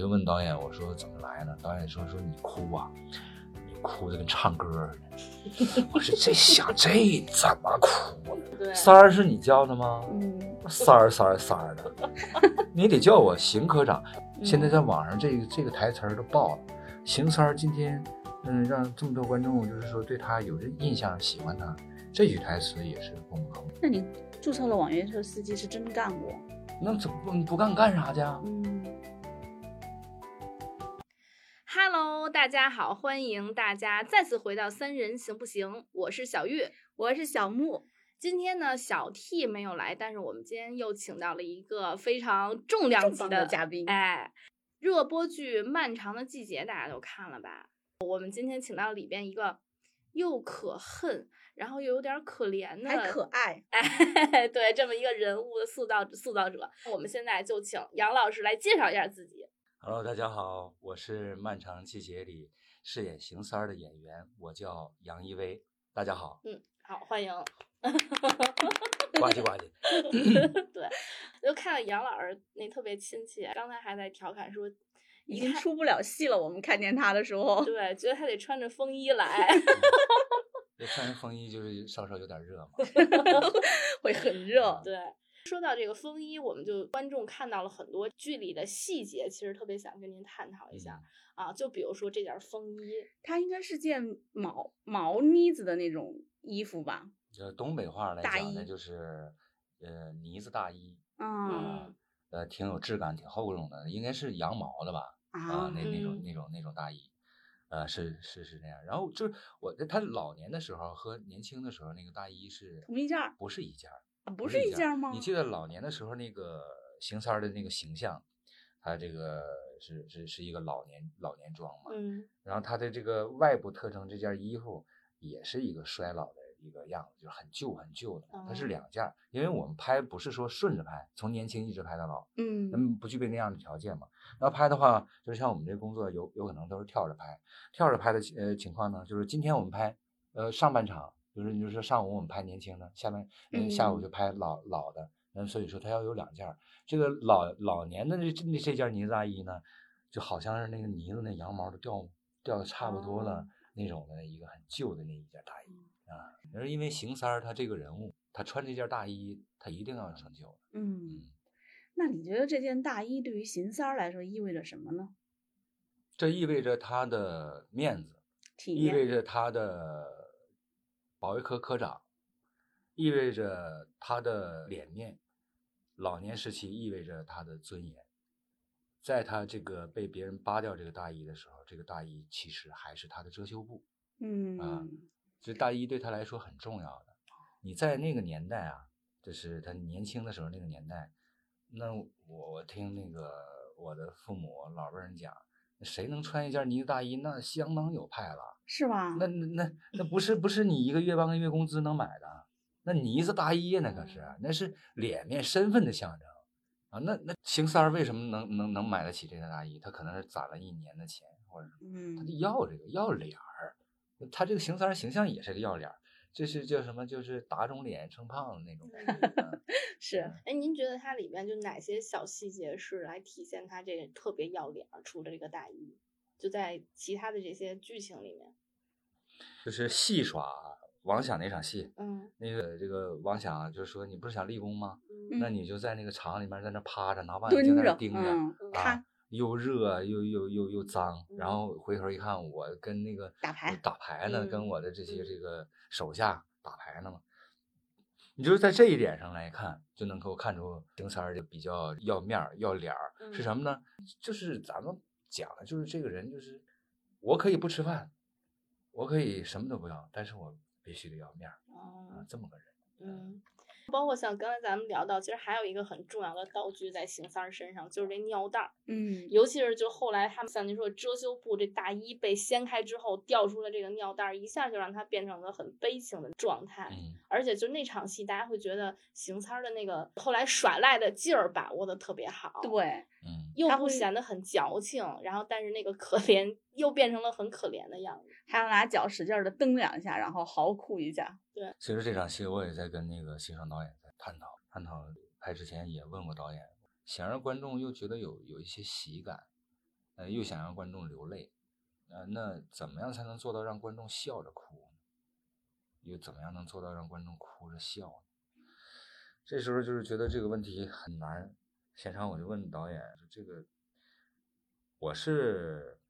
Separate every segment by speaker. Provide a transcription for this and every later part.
Speaker 1: 我就问导演，我说怎么来呢？导演说说你哭啊，你哭的跟唱歌似的。我说这想这怎么哭呢？
Speaker 2: 对，
Speaker 1: 三儿是你叫的吗？
Speaker 3: 啊嗯，
Speaker 1: 三儿三儿三儿的，你得叫我邢科长。
Speaker 3: 嗯
Speaker 1: 现在在网上这个这个台词儿都爆了，邢三儿今天嗯让这么多观众就是说对他有印象，喜欢他，这句台词也是共鸣。
Speaker 3: 那你注册了网约车司机是真干过？
Speaker 1: 那怎么不不干干啥去啊？
Speaker 3: 嗯，
Speaker 2: Hello，大家好，欢迎大家再次回到三人行不行？我是小玉，我是小木。今天呢，小 T 没有来，但是我们今天又请到了一个非常重量级
Speaker 3: 重磅的嘉宾
Speaker 2: 哎，热播剧《漫长的季节》大家都看了吧？我们今天请到里边一个又可恨，然后又有点可怜的，
Speaker 3: 还可爱。
Speaker 2: 哎，对，这么一个人物的塑造塑造者。我们现在就请杨老师来介绍一下自己。
Speaker 1: Hello，大家好，我是《漫长季节》里饰演邢三儿的演员，我叫杨一威。大家好，
Speaker 2: 嗯，好，欢迎。
Speaker 1: 呱唧呱 唧。
Speaker 2: 对，就看到杨老师那特别亲切，刚才还在调侃说，
Speaker 3: 已
Speaker 2: 一
Speaker 3: 经
Speaker 2: 看
Speaker 3: 出不了戏了。我们看见他的时 候，
Speaker 2: 对，觉得他得穿着风衣 来，
Speaker 1: 这穿上风衣就是稍稍有点热 嘛。
Speaker 3: 会很热。
Speaker 2: 对。说到这个风衣，我们就观众看到了很多剧里的细节，其实特别想跟您探
Speaker 1: 嗯
Speaker 2: 讨一下、啊。就比如说这件风衣，
Speaker 3: 它应该是件毛毛呢子的那种衣服吧？
Speaker 1: 呃，东北话来
Speaker 3: 大
Speaker 1: 讲呢，
Speaker 3: 衣
Speaker 1: 就是呃呢子大衣，
Speaker 3: 嗯
Speaker 2: 嗯
Speaker 1: 呃，挺有质感、挺厚重的，应该是羊毛的吧？啊
Speaker 3: 啊，
Speaker 1: 那那种
Speaker 2: 嗯
Speaker 1: 那种那种大衣，呃，是是是那样。然后就是我他老年的时候和年轻的时候那个大衣是
Speaker 3: 同一件儿
Speaker 1: 不是一件儿？
Speaker 3: 啊不是一件儿吗？
Speaker 1: 你记得老年的时候那个邢三儿的那个形象，他这个是是是一个老年老年装嘛，
Speaker 2: 嗯，
Speaker 1: 然后他的这个外部特征这件衣服也是一个衰老的一个样子，就是很旧很旧的，它是
Speaker 2: 哦
Speaker 1: 两件儿，因为我们拍不是说顺着拍，从年轻一直拍到老，
Speaker 3: 嗯，
Speaker 1: 嗯，不具备那样的条件嘛。然后拍的话，就是像我们这工作有有可能都是跳着拍，跳着拍的情呃情况呢，就是今天我们拍呃上半场，就是你就说上午我们拍年轻的，下半嗯下午
Speaker 3: 嗯
Speaker 1: 就拍老老的，嗯，所以说它要有两件儿。这个老老年的这这这件呢子大衣呢，就好像是那个呢子那羊毛都掉掉的差不多了、
Speaker 2: 哦
Speaker 1: 那种的一个很旧的那一件大衣
Speaker 3: 嗯
Speaker 1: 啊。而因为邢三儿他这个人物，他穿这件大衣，他一定要成就。
Speaker 3: 嗯，那你觉得这件大衣对于邢三儿来说意味着什么呢？
Speaker 1: 这意味着他的面子，
Speaker 3: 体
Speaker 1: 意味
Speaker 3: 面，
Speaker 1: 着他的保卫科科长，意味着他的脸面，老年时期意味着他的尊严。在他这个被别人扒掉这个大衣的时候，这个大衣其实还是他的遮羞布，啊
Speaker 3: 嗯，
Speaker 1: 这大衣对他来说很重要的。你在那个年代啊，就是他年轻的时候那个年代，那我我听那个我的父母老辈儿人讲，谁能穿一件呢子大衣，那相当有派了。
Speaker 3: 是吧？
Speaker 1: 那那那那不是不是你一个月半个月工资能买的，那呢子大衣啊那可是那是脸面身份的象征啊！那那邢三儿为什么能能能买得起这件大衣？他可能是攒了一年的钱，或者是他就
Speaker 3: 嗯，
Speaker 1: 要这个要脸儿，他这个邢三儿形象也是个要脸儿，这是叫什么？就是打肿脸充胖子那种感觉。啊
Speaker 3: 是
Speaker 2: 哎，您觉得它里面就哪些小细节是来体现它这个特别要脸儿？除了这个大衣，就在其他的这些剧情里面，
Speaker 1: 就是戏耍王想那场戏，
Speaker 2: 嗯，
Speaker 1: 那个这个王想就是说你不是想立功吗？那
Speaker 3: 嗯
Speaker 1: 你就在那个厂里面在那趴着，拿望远镜
Speaker 3: 蹲
Speaker 1: 在那
Speaker 3: 着，
Speaker 1: 盯着。
Speaker 3: 嗯，
Speaker 1: 啊
Speaker 3: 看，
Speaker 1: 又热又又又又脏，然
Speaker 2: 嗯
Speaker 1: 后回头一看，我跟那个
Speaker 3: 打牌
Speaker 1: 我打牌呢，跟
Speaker 2: 嗯
Speaker 1: 我的这些
Speaker 2: 嗯
Speaker 1: 这个手下打牌呢嘛。你就是在这一点上来看，就能够看出丁三儿就比较要面儿、要脸儿，
Speaker 2: 嗯
Speaker 1: 是什么呢？就是咱们讲的，就是这个人，就是我可以不吃饭，我可以什么都不要，但是我必须得要面儿
Speaker 2: 么？
Speaker 1: 啊
Speaker 2: 哦，，
Speaker 1: 这么个人。
Speaker 2: 嗯，包括像刚才咱们聊到，其实还有一个很重要的道具在邢三儿身上，就是这尿袋儿。
Speaker 3: 嗯，
Speaker 2: 尤其是就后来他们像您说遮羞布这大衣被掀开之后掉出了这个尿袋儿，一下就让他变成了很悲情的状态。
Speaker 1: 嗯，
Speaker 2: 而且就那场戏，大家会觉得邢三儿的那个后来耍赖的劲儿把握的特别好，，
Speaker 3: 对，
Speaker 1: 嗯，
Speaker 2: 又
Speaker 3: 他
Speaker 2: 不
Speaker 3: 会
Speaker 2: 显得很矫情，然后但是那个可怜又变成了很可怜的样子。
Speaker 3: 还要拿脚使劲的蹬两下，然后嚎哭一下。
Speaker 1: 其实这场戏我也在跟那个新生导演在探讨，探讨拍之前也问过导演，想让观众又觉得有有一些喜感，呃，又想让观众流泪，呃，那怎么样才能做到让观众笑着哭呢？又怎么样能做到让观众哭着笑呢？这时候就是觉得这个问题很难。现场我就问导演，说这个我是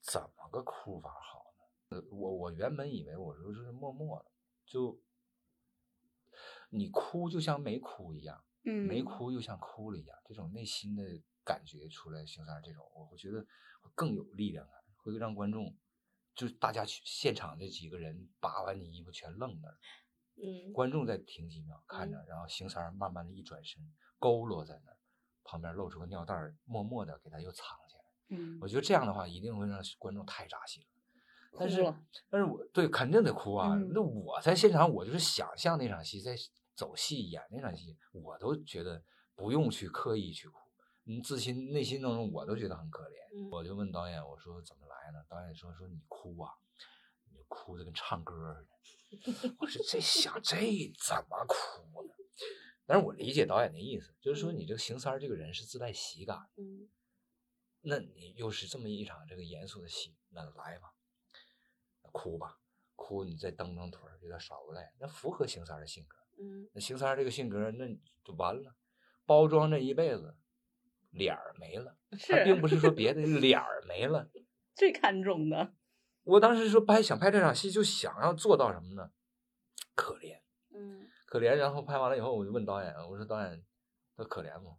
Speaker 1: 怎么个哭法好呢？呃，我我原本以为我说就是默默的，就你哭就像没哭一样。
Speaker 3: 嗯，
Speaker 1: 没哭又像哭了一样，这种内心的感觉出来，邢三儿这种，我会觉得会更有力量感，会让观众，就是大家去现场这几个人扒完你衣服全愣那儿，
Speaker 2: 嗯，
Speaker 1: 观众再停几秒看着，然后邢三儿慢慢的一转身，佝偻在那儿，旁边露出个尿袋儿，默默的给他又藏起来。
Speaker 3: 嗯，
Speaker 1: 我觉得这样的话一定会让观众太扎心了。但
Speaker 3: 哭
Speaker 1: 是
Speaker 3: 了，
Speaker 1: 但是我对肯定得哭啊！
Speaker 3: 嗯
Speaker 1: 那我在现场，我就是想象那场戏，在走戏演那场戏，我都觉得不用去刻意去哭。你自心内心当中，我都觉得很可怜。
Speaker 2: 嗯
Speaker 1: 我就问导演，我说怎么来呢？导演说说你哭啊，你哭的跟唱歌似的。我说这想这怎么哭呢？但是我理解导演的意思，就是说
Speaker 2: 嗯
Speaker 1: 你这个邢三儿这个人是自带喜感的
Speaker 2: 嗯
Speaker 1: 那你又是这么一场这个严肃的戏，那来吧，哭吧，哭你再蹬蹬腿儿，有点少不来，那符合邢三儿的性格。
Speaker 2: 嗯
Speaker 1: 那邢三儿这个性格，那就完了，包装这一辈子，脸儿没了。他
Speaker 3: 是
Speaker 1: 并不是说别的，脸儿没了。
Speaker 3: 最看重的，
Speaker 1: 我当时说拍想拍这场戏，就想要做到什么呢？可怜，
Speaker 2: 嗯
Speaker 1: 可怜。然后拍完了以后，我就问导演，我说导演，他可怜吗？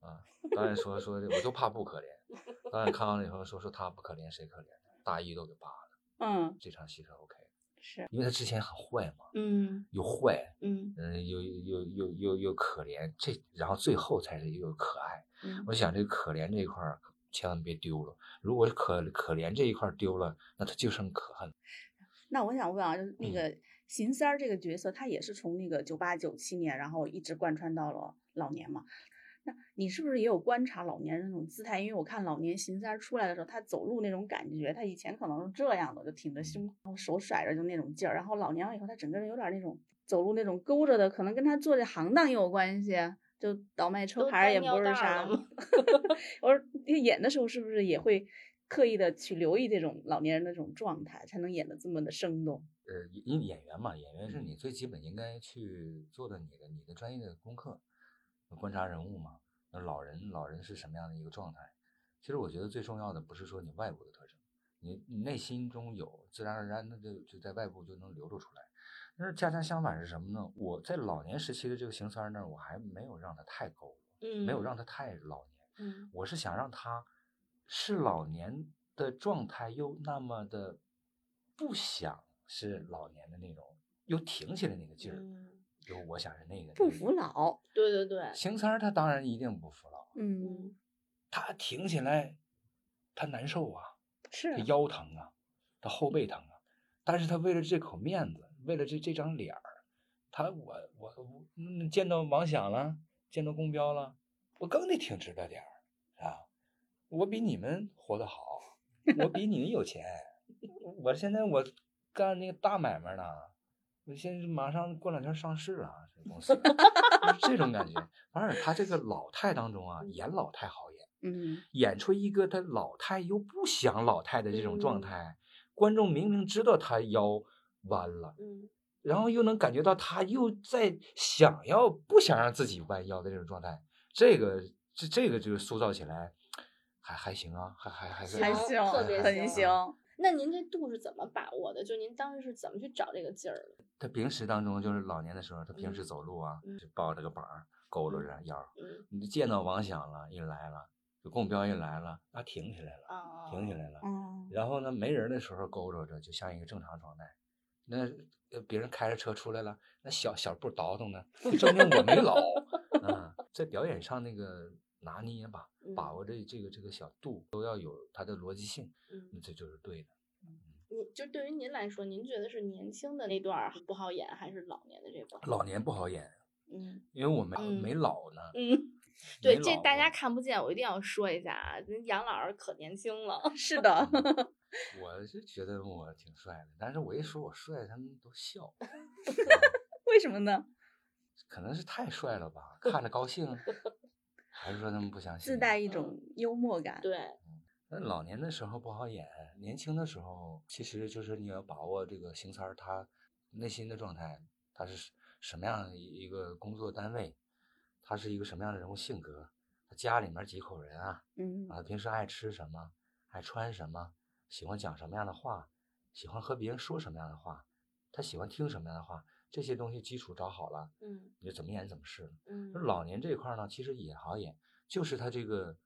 Speaker 1: 啊，导演说说，我就怕不可怜。导演看完了以后说说他不可怜，谁可怜？大一都给扒了，
Speaker 3: 嗯，
Speaker 1: 这场戏是 OK 的，
Speaker 3: 是，
Speaker 1: 因为他之前很坏嘛，
Speaker 3: 嗯
Speaker 1: 又坏，
Speaker 3: 嗯
Speaker 1: 嗯，又又又又又可怜，这然后最后才是又可爱。
Speaker 3: 嗯
Speaker 1: 我想这个可怜这一块儿千万别丢了，如果可可怜这一块儿丢了，那他就剩可恨。
Speaker 3: 那我想问啊，就是
Speaker 1: 嗯
Speaker 3: 那个邢三儿这个角色，他也是从那个九八九七年，然后一直贯穿到了老年嘛。那你是不是也有观察老年人那种姿态？因为我看老年邢三儿出来的时候，他走路那种感觉，他以前可能是这样的，就挺着
Speaker 2: 嗯
Speaker 3: 胸，然后手甩着就那种劲儿。然后老年了以后，他整个人有点那种走路那种勾着的，可能跟他做这行当也有关系。啊就倒卖车
Speaker 2: 都
Speaker 3: 牌儿
Speaker 2: 当
Speaker 3: 也
Speaker 2: 尿
Speaker 3: 不是
Speaker 2: 袋儿
Speaker 3: 啥
Speaker 2: 了吗。
Speaker 3: 我说你演的时候是不是也会刻意的去留意这种老年人的这种状态，才能演的这么的生动？
Speaker 1: 呃，因为演员嘛，演员是你最基本应该去做的你的你的专业的功课，观察人物嘛。那老人老人是什么样的一个状态？其实我觉得最重要的不是说你外部的特征，你你内心中有，自然而然的就就在外部就能流露出来。但是恰恰相反是什么呢？我在老年时期的这个邢三儿那儿，我还没有让他太勾，
Speaker 2: 嗯，
Speaker 1: 没有让他太老年。
Speaker 2: 嗯
Speaker 1: 我是想让他是老年的状态，又那么的不想是老年的那种，又挺起来那个劲儿，
Speaker 2: 嗯，
Speaker 1: 就我想是那个
Speaker 3: 不
Speaker 1: 那个
Speaker 3: 服。老，
Speaker 2: 对对对，
Speaker 1: 邢三儿他当然一定不服老，
Speaker 3: 嗯，
Speaker 2: 嗯
Speaker 1: 他挺起来，他难受啊，
Speaker 3: 是
Speaker 1: 他腰疼啊，他后背疼啊，但是他为了这口面子，为了这这张脸儿，他我我我嗯见到王响了，见到公标了，我更得挺直着点儿啊！我比你们活得好，我比你们有钱， 我现在我干那个大买卖呢，我现在马上过两天上市了，这公司 就是这种感觉。反而他这个老态当中啊，演老态好演。
Speaker 3: 嗯，
Speaker 1: 演出一个他老态又不想老态的这种状
Speaker 2: 嗯
Speaker 1: 态，观众明明知道他腰弯了，
Speaker 2: 嗯
Speaker 1: 然后又能感觉到他又在想要不想让自己弯腰的这种状态，这个这这个就是塑造起来还还行啊，还还还啊是
Speaker 3: 还
Speaker 2: 行
Speaker 3: 行，
Speaker 2: 特别
Speaker 3: 很
Speaker 2: 行
Speaker 3: 行，
Speaker 2: 那您这度是怎么把握的？就您当时是怎么去找这个劲儿的？
Speaker 1: 他平时当中就是老年的时候，他平时
Speaker 2: 嗯
Speaker 1: 走路啊，
Speaker 2: 嗯
Speaker 1: 就抱着个膀儿，佝偻着腰儿，
Speaker 2: 嗯
Speaker 1: 你见到王响了，一来了，就共标一来了，他挺起来了，
Speaker 2: 啊，
Speaker 1: 挺起来了。
Speaker 3: 嗯，
Speaker 1: 然后呢，没人的时候佝偻着，就像一个正常状态。那呃别人开着车出来了，那小小步倒腾呢，证明我没老。嗯，在表演上那个拿捏吧，把握这这个这个小度，都要有它的逻辑性，
Speaker 2: 嗯。
Speaker 1: 那这就是对的。
Speaker 2: 您就对于您来说，您觉得是年轻的那段儿不好演，还是老年的这段儿？
Speaker 1: 老年不好演，
Speaker 2: 嗯
Speaker 1: 因为我没、
Speaker 2: 嗯
Speaker 1: 没老呢。
Speaker 2: 嗯，对，
Speaker 1: 没
Speaker 2: 这
Speaker 1: 老
Speaker 2: 大
Speaker 1: 啊
Speaker 2: 家看不见，我一定要说一下啊，人杨老师可年轻了。
Speaker 3: 是的，
Speaker 1: 我是觉得我挺帅的，但是我一说我帅，他们都 笑，
Speaker 3: 为什么呢？
Speaker 1: 可能是太帅了吧， 看着高兴，还是说他们不相信？嗯
Speaker 3: 自带一种幽默感，
Speaker 2: 对，
Speaker 1: 那老年的时候不好演，年轻的时候其实就是你要把握这个邢三儿他内心的状态，他是什么样的一一个工作单位，他是一个什么样的人物性格，他家里面几口人啊，
Speaker 3: 嗯
Speaker 1: 啊，平时爱吃什么，爱穿什么，喜欢讲什么样的话，喜欢和别人说什么样的话，他喜欢听什么样的话，这些东西基础找好了，
Speaker 2: 嗯
Speaker 1: 你就怎么演怎么是了。
Speaker 2: 嗯
Speaker 1: 那老年这一块儿呢，其实也好演，就是他这个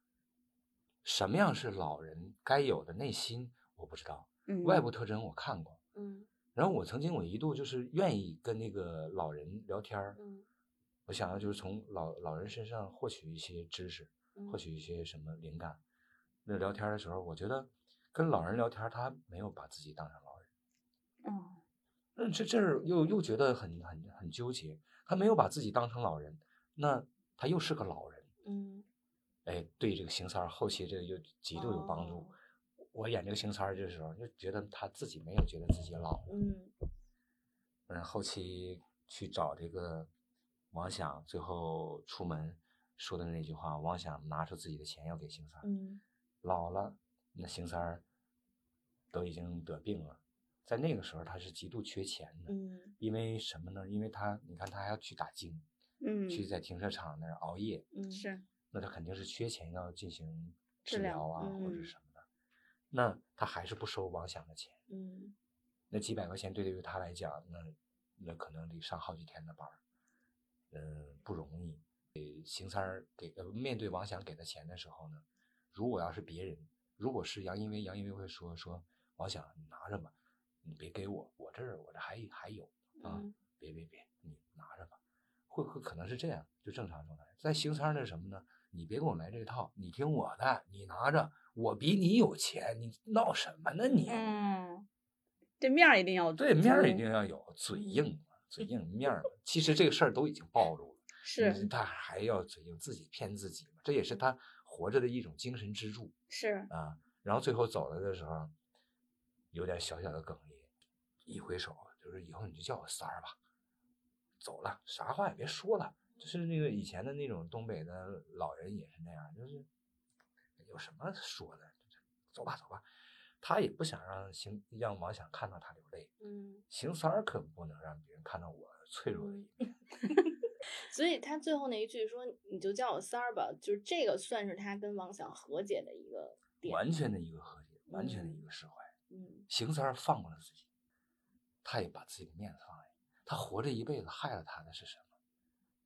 Speaker 1: 什么样是老人该有的内心，我不知道。
Speaker 3: 嗯，
Speaker 1: 外部特征我看过，
Speaker 2: 嗯
Speaker 1: 然后我曾经我一度就是愿意跟那个老人聊天儿，
Speaker 2: 嗯
Speaker 1: 我想要就是从老老人身上获取一些知识，
Speaker 2: 嗯，
Speaker 1: 获取一些什么灵感。那聊天儿的时候，我觉得跟老人聊天儿，他没有把自己当成老人，
Speaker 3: 哦，
Speaker 1: 那这这儿又又觉得很很很纠结，他没有把自己当成老人，那他又是个老人。
Speaker 2: 嗯
Speaker 1: 哎，对这个邢三儿后期这个就极度有帮助。
Speaker 2: 哦
Speaker 1: 我演这个邢三儿的时候，就觉得他自己没有觉得自己老，
Speaker 2: 嗯
Speaker 1: 嗯，后期去找这个王想，最后出门说的那句话，王想拿出自己的钱要给邢三儿，
Speaker 2: 嗯
Speaker 1: 老了，那邢三儿都已经得病了，在那个时候他是极度缺钱的，
Speaker 2: 嗯
Speaker 1: 因为什么呢？因为他你看他还要去打更，
Speaker 3: 嗯，
Speaker 1: 去在停车场那儿熬夜，
Speaker 2: 嗯
Speaker 3: 是，
Speaker 1: 那他肯定是缺钱要进行
Speaker 3: 治
Speaker 1: 治
Speaker 3: 疗
Speaker 1: 疗啊，或者
Speaker 3: 嗯
Speaker 1: 什么的。那他还是不收王想的钱，
Speaker 2: 嗯
Speaker 1: 那几百块钱对于他来讲，那那可能得上好几天的班儿，嗯，不容易。呃，邢三儿给呃面对王想给他钱的时候呢，如果要是别人，如果是杨一威，杨一威会说说王想你拿着吧，你别给我，我这儿我这还还有啊。
Speaker 2: 嗯
Speaker 1: 别别别，你拿着吧，会会可能是这样，就正常状态。在行商是什么呢？你别跟我来这套，你听我的，你拿着，我比你有钱，你闹什么呢你？
Speaker 3: 嗯，这面儿一定要
Speaker 1: 对面儿一
Speaker 3: 足
Speaker 1: 定要有，嘴硬嘛，嘴硬面儿嘛。其实这个事儿都已经暴露了，
Speaker 3: 是
Speaker 1: 你他还要嘴硬，自己骗自己嘛，这也是他活着的一种精神支柱
Speaker 3: 是，
Speaker 1: 啊。然后最后走了的时候，有点小小的哽咽，一挥手就是以后你就叫我三儿吧。走了，啥话也别说了。就是那个以前的那种东北的老人也是那样，就是有什么说的，就是走吧走吧。他也不想让邢让王想看到他流泪，
Speaker 2: 嗯，
Speaker 1: 邢三儿可不能让别人看到我脆弱的一 面。
Speaker 2: 所以他最后那一句说你就叫我三儿吧，就是这个算是他跟王想和解的一个点。
Speaker 1: 完全的一个和解，完全的一
Speaker 2: 嗯
Speaker 1: 个释怀。
Speaker 2: 嗯
Speaker 1: 邢三儿放过了自己，他也把自己的面子放下。他活着一辈子害了他的是什么？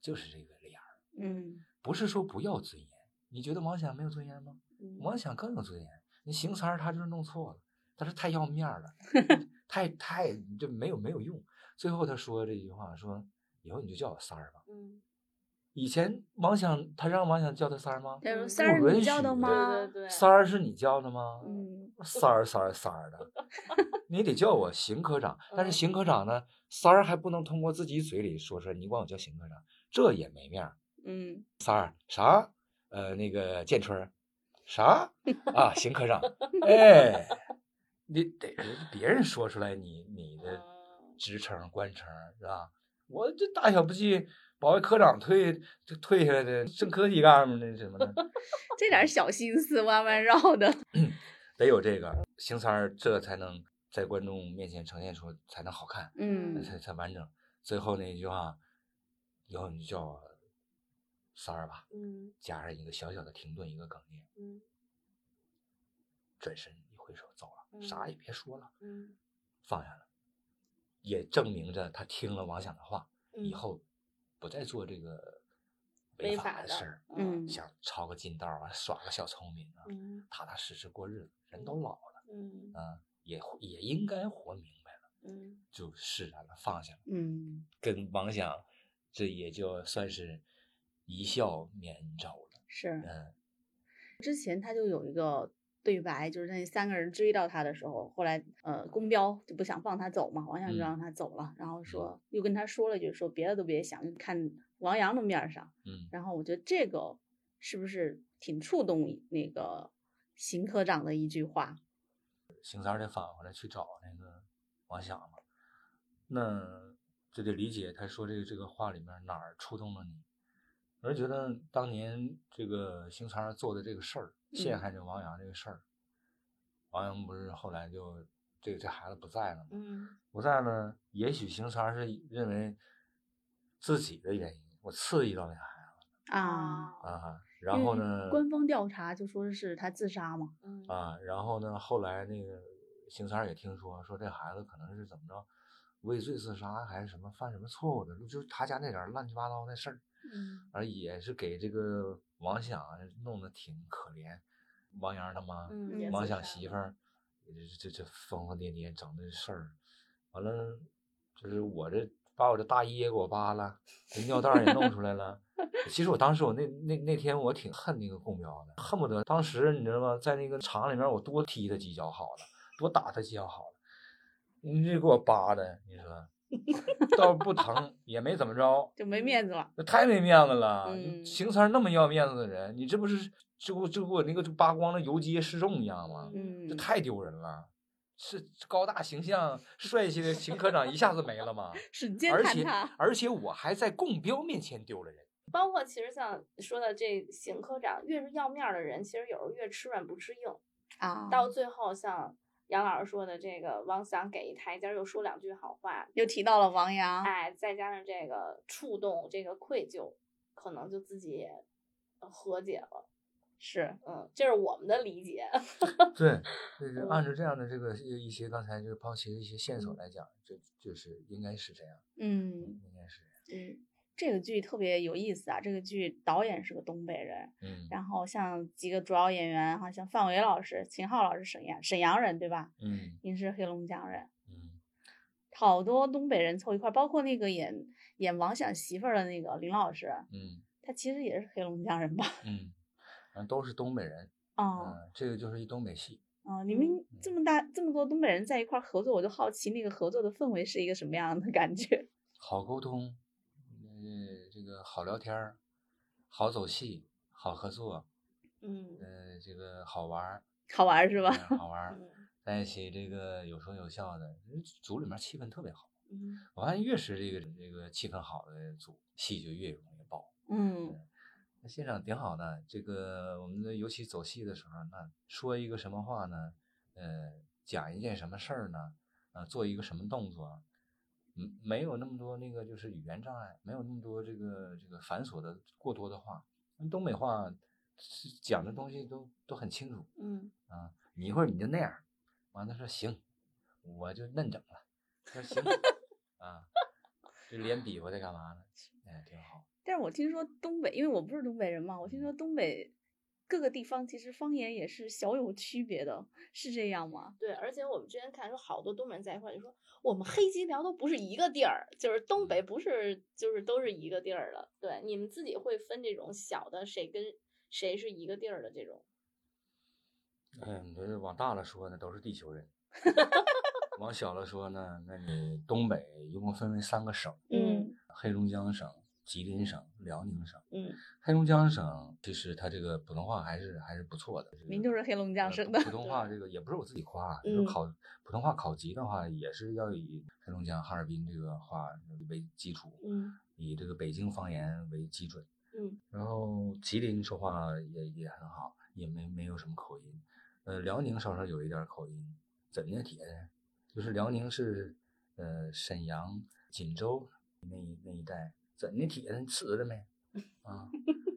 Speaker 1: 就是这个脸儿。
Speaker 3: 嗯
Speaker 1: 不是说不要尊严，你觉得王想没有尊严吗？
Speaker 2: 嗯
Speaker 1: 王想更有尊严。你邢三儿他就是弄错了，他是太要面儿了， 太太这没有没有用。最后他说这句话说：“以后你就叫我三儿吧。
Speaker 2: 嗯”
Speaker 1: 以前王想他让王想叫他三儿吗？
Speaker 3: 他说
Speaker 2: 嗯
Speaker 3: 三
Speaker 1: 不
Speaker 3: 儿你
Speaker 1: 允
Speaker 3: 叫
Speaker 1: 许
Speaker 3: 的
Speaker 1: 的
Speaker 3: 吗
Speaker 2: 对？对对，
Speaker 1: 三儿是你叫的吗？
Speaker 3: 嗯，
Speaker 1: 三儿三儿三儿的， 你得叫我邢科长。但是
Speaker 2: 嗯
Speaker 1: 邢科长呢，三儿还不能通过自己嘴里说出来，你管我叫邢科长，这也没面儿。
Speaker 3: 嗯，
Speaker 1: 啥？呃，那个建春儿，啥啊？邢科长，哎，你得别人说出来你你的
Speaker 2: 嗯
Speaker 1: 职称官称是吧？我这大小不记，保卫科长退就退下来的，正科级干部那什么的，
Speaker 3: 这点儿小心思弯弯绕 的，
Speaker 1: 得有这个邢三儿，这才能在观众面前呈现出才能好看。
Speaker 3: 嗯
Speaker 1: 才才完整。最后那一句话，以后你就叫我三儿吧，
Speaker 2: 嗯
Speaker 1: 加上一个小小的停顿，一个哽咽，
Speaker 2: 嗯
Speaker 1: 转身一挥手走了，啥
Speaker 2: 嗯
Speaker 1: 也别说了，
Speaker 2: 嗯，
Speaker 1: 放下了，也证明着他听了王想的话，以
Speaker 2: 嗯
Speaker 1: 后不再做这个
Speaker 2: 违
Speaker 1: 违
Speaker 2: 法
Speaker 1: 法
Speaker 2: 的
Speaker 1: 事儿，
Speaker 3: 嗯
Speaker 1: 想抄个近道啊，耍个小聪明啊，
Speaker 2: 嗯
Speaker 1: 踏踏实实过日子，人都老了，
Speaker 2: 嗯
Speaker 1: 啊，也也应该活明白了，
Speaker 2: 嗯
Speaker 1: 就释然了，放下了。
Speaker 3: 嗯，
Speaker 1: 跟王想，这也就算是一笑泯仇了。
Speaker 3: 是
Speaker 1: 嗯，
Speaker 3: 之前他就有一个对白，就是那三个人追到他的时候，后来呃，公彪就不想放他走嘛，王阳就
Speaker 1: 嗯
Speaker 3: 让他走了，然后说又跟他说了一句，说别的都别想，就看王阳的面儿上。
Speaker 1: 嗯，
Speaker 3: 然后我觉得这个是不是挺触动那个邢科长的一句话？
Speaker 1: 邢三儿得返回来去找那个王想嘛，那就得理解他说这个这个话里面哪儿触动了你。我是觉得当年这个邢三儿做的这个事儿，陷
Speaker 3: 嗯
Speaker 1: 害这王阳这个事儿，王阳不是后来就这这孩子不在了吗？
Speaker 2: 嗯
Speaker 1: 不在呢，也许邢三儿是认为自己的原因，我刺激到那孩
Speaker 3: 啊。
Speaker 1: 子啊，
Speaker 3: 因
Speaker 1: 然后
Speaker 3: 为
Speaker 1: 呢，
Speaker 3: 嗯官方调查就说是他自杀嘛，
Speaker 2: 嗯
Speaker 1: 啊，然后呢，后来那个邢三儿也听说，说这孩子可能是怎么着，畏罪自杀还是什么犯什么错误的，就是他家那点儿乱七八糟的事儿，
Speaker 2: 嗯
Speaker 1: 而也是给这个王想啊弄得挺可怜，王阳他妈，
Speaker 2: 嗯也
Speaker 3: 嗯
Speaker 1: 王
Speaker 2: 自
Speaker 1: 想
Speaker 2: 杀
Speaker 1: 媳
Speaker 2: 了
Speaker 1: 妇儿，这这这疯疯癫癫整这事儿，完了就是我这把我这大衣也给我扒了，这尿袋儿也弄出来 了。其实我当时我那那那天我挺恨那个供标的，恨不得当时你知道吗，在那个厂里面我多踢他几脚好了，多打他几脚好了，你这给我扒的，你说 倒是不疼也没怎么着，
Speaker 3: 就没
Speaker 2: 嗯
Speaker 3: 面子了。
Speaker 1: 那太没面子 了！
Speaker 3: 嗯
Speaker 1: 你邢三儿那么要面子的人，你这不是就给我就给我那个扒光了游街示众一样吗？
Speaker 3: 嗯
Speaker 1: 这，太丢人了！是高大形象、帅 气的邢科长一下子没了吗？
Speaker 3: 瞬间
Speaker 1: 而
Speaker 3: 坍
Speaker 1: 且
Speaker 3: 塌。
Speaker 1: 而且我还在供标面前丢了人。
Speaker 2: 包括其实像说的这邢科长，越是要面儿的人，其实有时候越吃软不吃硬。
Speaker 3: 啊
Speaker 2: 到最后，像杨老师说的，这个王想给一台阶儿，又说两句好话，
Speaker 3: 又提到了王阳，
Speaker 2: 哎，再加上这个触动，这个愧疚，可能就自己也呃和解了。
Speaker 3: 是
Speaker 2: 嗯，这是我们的理解。
Speaker 1: 对，就是
Speaker 2: 嗯
Speaker 1: 按照这样的这个一些刚才这个抛弃的一些线索来讲，就就是应该是这样，
Speaker 3: 嗯，
Speaker 1: 应该是这样。
Speaker 2: 嗯
Speaker 3: 这个剧特别有意思啊。这个剧导演是个东北人，
Speaker 1: 嗯
Speaker 3: 然后像几个主要演员，好像范伟老师、秦昊老师沈阳沈阳人对吧？
Speaker 1: 嗯
Speaker 3: 您是黑龙江人，
Speaker 1: 嗯
Speaker 3: 好多东北人凑一块儿，包括那个演演王想媳妇儿的那个林老师，
Speaker 1: 嗯
Speaker 3: 他其实也是黑龙江人吧？
Speaker 1: 嗯，反正都是东北人，
Speaker 3: 啊
Speaker 1: 嗯，这个就是一东北戏。
Speaker 3: 啊！你们这么大这么多东北人在一块儿合作，我就好奇那个合作的氛围是一个什么样的感觉？
Speaker 1: 好沟通，呃，这个好聊天儿，好走戏，好合作，
Speaker 2: 嗯
Speaker 1: 呃，这个好玩儿，
Speaker 3: 好玩儿是吧？
Speaker 1: 嗯好玩 儿，
Speaker 2: 嗯
Speaker 1: 在一起这个有说有笑的，嗯组里面气氛特别好。
Speaker 2: 嗯
Speaker 1: 我发现越是这个这个气氛好的组，戏就越容易爆。
Speaker 3: 嗯
Speaker 1: 那现场挺好的，这个我们的尤其走戏的时候，那说一个什么话呢？呃，讲一件什么事儿呢？呃，做一个什么动作？啊嗯，没有那么多那个就是语言障碍，没有那么多这个这个繁琐的过多的话。东北话是讲的东西都都很清楚
Speaker 2: 嗯
Speaker 1: 啊。你一会儿你就那样，完了说行，我就嫩整了。他说行 啊，这脸比划在干嘛呢？哎，挺好。
Speaker 3: 但是我听说东北，因为我不是东北人嘛，我听说东北各个地方其实方言也是小有区别的，是这样吗？
Speaker 2: 对，而且我们之前看说好多东北人在一块儿，就说我们黑吉辽都不是一个地儿，就是东北不是就是都是一个地儿了。对，你们自己会分这种小的谁跟谁是一个地儿的这种。
Speaker 1: 嗯，就是往大了说呢，都是地球 人；往小了说呢，那你东北一共分为三个省：
Speaker 2: 嗯
Speaker 1: 黑龙江省、吉林省、辽宁省。
Speaker 2: 嗯
Speaker 1: 黑龙江省其实它这个普通话还是还是不错的，
Speaker 3: 您就是黑龙江
Speaker 1: 呃
Speaker 3: 省
Speaker 1: 普
Speaker 3: 的
Speaker 1: 普通话这个也不是我自己夸啊，就是
Speaker 2: 嗯
Speaker 1: 考普通话考级的话，也是要以黑龙江哈尔滨这个话为基础，
Speaker 2: 嗯
Speaker 1: 以这个北京方言为基准。
Speaker 2: 嗯
Speaker 1: 然后吉林说话也也很好，也没没有什么口音。呃，辽宁稍稍有一点儿口音，怎的铁的，就是辽宁是呃沈阳、锦州那一那一带，怎的铁的，你死了没？ 啊，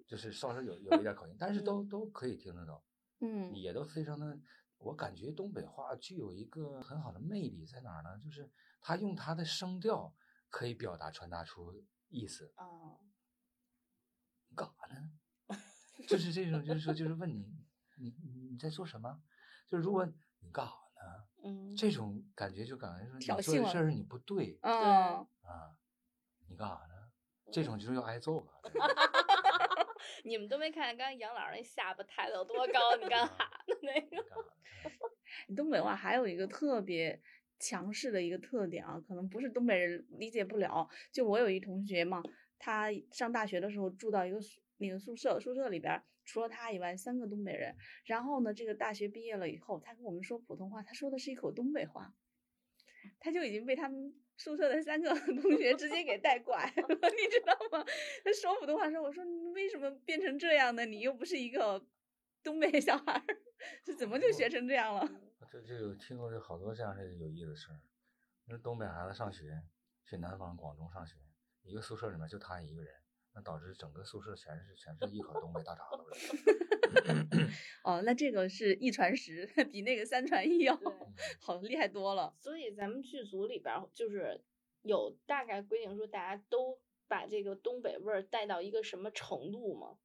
Speaker 1: 就是稍稍有有一点儿口音，但是
Speaker 2: 嗯
Speaker 1: 都都可以听得到，
Speaker 3: 嗯
Speaker 1: 也都非常的。我感觉东北话具有一个很好的魅力在哪儿呢？就是他用他的声调可以表达传达出意思，
Speaker 2: 啊
Speaker 1: 干啥呢？就是这种，就是说，就是问你，你你在做什么？就是如果你干啥呢？
Speaker 2: 嗯
Speaker 1: 这种感觉就感觉说
Speaker 3: 挑
Speaker 1: 你做的
Speaker 3: 衅
Speaker 1: 事儿你不对
Speaker 3: 嗯，
Speaker 1: 啊，你干啥呢？这种就是要挨揍了。 这种
Speaker 2: 你们都没看见刚才杨老师那下巴抬的有多高？你干哈呢？那
Speaker 1: 你
Speaker 2: 个
Speaker 1: 干啥嗯呢？
Speaker 3: 东北话还有一个特别强势的一个特点啊，可能不是东北人理解不了。就我有一同学嘛，他上大学的时候住到一个宿那个宿舍，宿舍里边儿除了他以外三个东北人。然后呢，这个大学毕业了以后，他跟我们说普通话，他说的是一口东北话，他就已经被他们。宿舍的三个 同学直接给带拐了， 你知道吗？他说普通话说，我说你为什么变 成这样呢？你又不是一个东北小孩儿，是怎么就学成这样了？
Speaker 1: 我这这有听过这好多这样的有意思的事儿。那东北孩子上学去南方广中上学，一个宿舍里面就他一个人，那导致整个宿舍全是全是一口东北大碴子味儿。
Speaker 3: 哦，那这个是一传十， 比那个三传一要
Speaker 2: 对，
Speaker 1: 嗯
Speaker 3: 好厉害多了。
Speaker 2: 所以咱们剧组里边儿就是有大概规定说，大家都把这个东北味儿带到一个什么程度吗？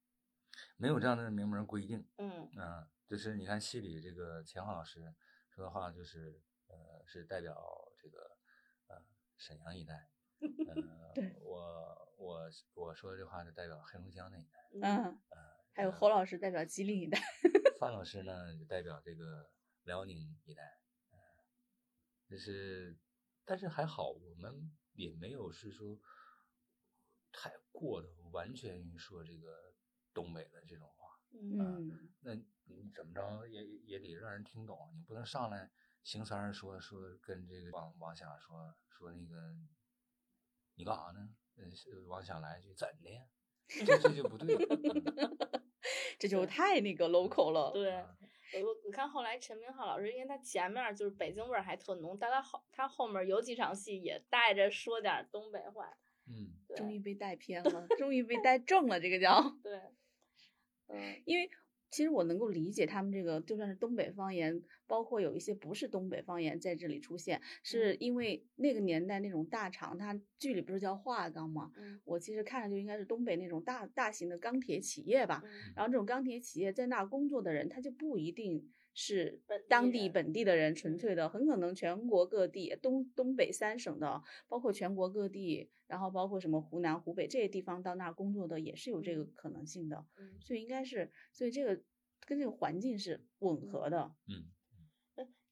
Speaker 1: 没有这样的明文规定，
Speaker 2: 嗯
Speaker 1: 嗯、就是你看戏里这个钱浩老师说的话，就是呃，是代表这个呃沈阳一带，呃
Speaker 3: 对，
Speaker 1: 我我我说的这话是代表黑龙江那一带，
Speaker 3: 嗯，还有
Speaker 1: 呃
Speaker 3: 侯老师代表吉林一带，
Speaker 1: 范老师呢，就代表这个辽宁一带，呃就是，但是还好，我们也没有是说太过的完全说这个东北的这种话。
Speaker 2: 嗯
Speaker 3: 嗯，
Speaker 1: 那你怎么着也也得让人听懂，啊你不能上来邢三儿说说跟这个王王想说说那个，你干啥呢？嗯，是王想来一句怎的呀？这这就不对了。 嗯
Speaker 3: 这就
Speaker 2: 对
Speaker 3: 太那个 local 了。
Speaker 2: 对
Speaker 1: 啊，
Speaker 2: 我我看后来陈明浩老师，因为他前面儿就是北京味儿还特浓，但他后他后面儿有几场戏也带着说点儿东北话，
Speaker 1: 嗯。
Speaker 2: 对
Speaker 3: 终于被带偏了，终于被带正了，这个叫。
Speaker 2: 对，嗯
Speaker 3: 因为其实我能够理解他们这个，就算是东北方言，包括有一些不是东北方言在这里出现，
Speaker 2: 嗯
Speaker 3: 是因为那个年代那种大厂，它剧里不是叫华钢吗？
Speaker 2: 嗯
Speaker 3: 我其实看着就应该是东北那种大大型的钢铁企业吧。
Speaker 2: 嗯
Speaker 3: 然后这种钢铁企业在那儿工作的人，他就不一定是
Speaker 2: 本地
Speaker 3: 当地
Speaker 2: 人
Speaker 3: 本地的人，纯
Speaker 2: 嗯
Speaker 3: 粹的，很可能全国各地、东东北三省的，包括全国各地，然后包括什么湖南、湖北这些地方到那儿工作的，也是有这个
Speaker 2: 嗯
Speaker 3: 可能性的。
Speaker 2: 嗯，
Speaker 3: 所以应该是，所以这个跟这个环境是吻合的。
Speaker 1: 嗯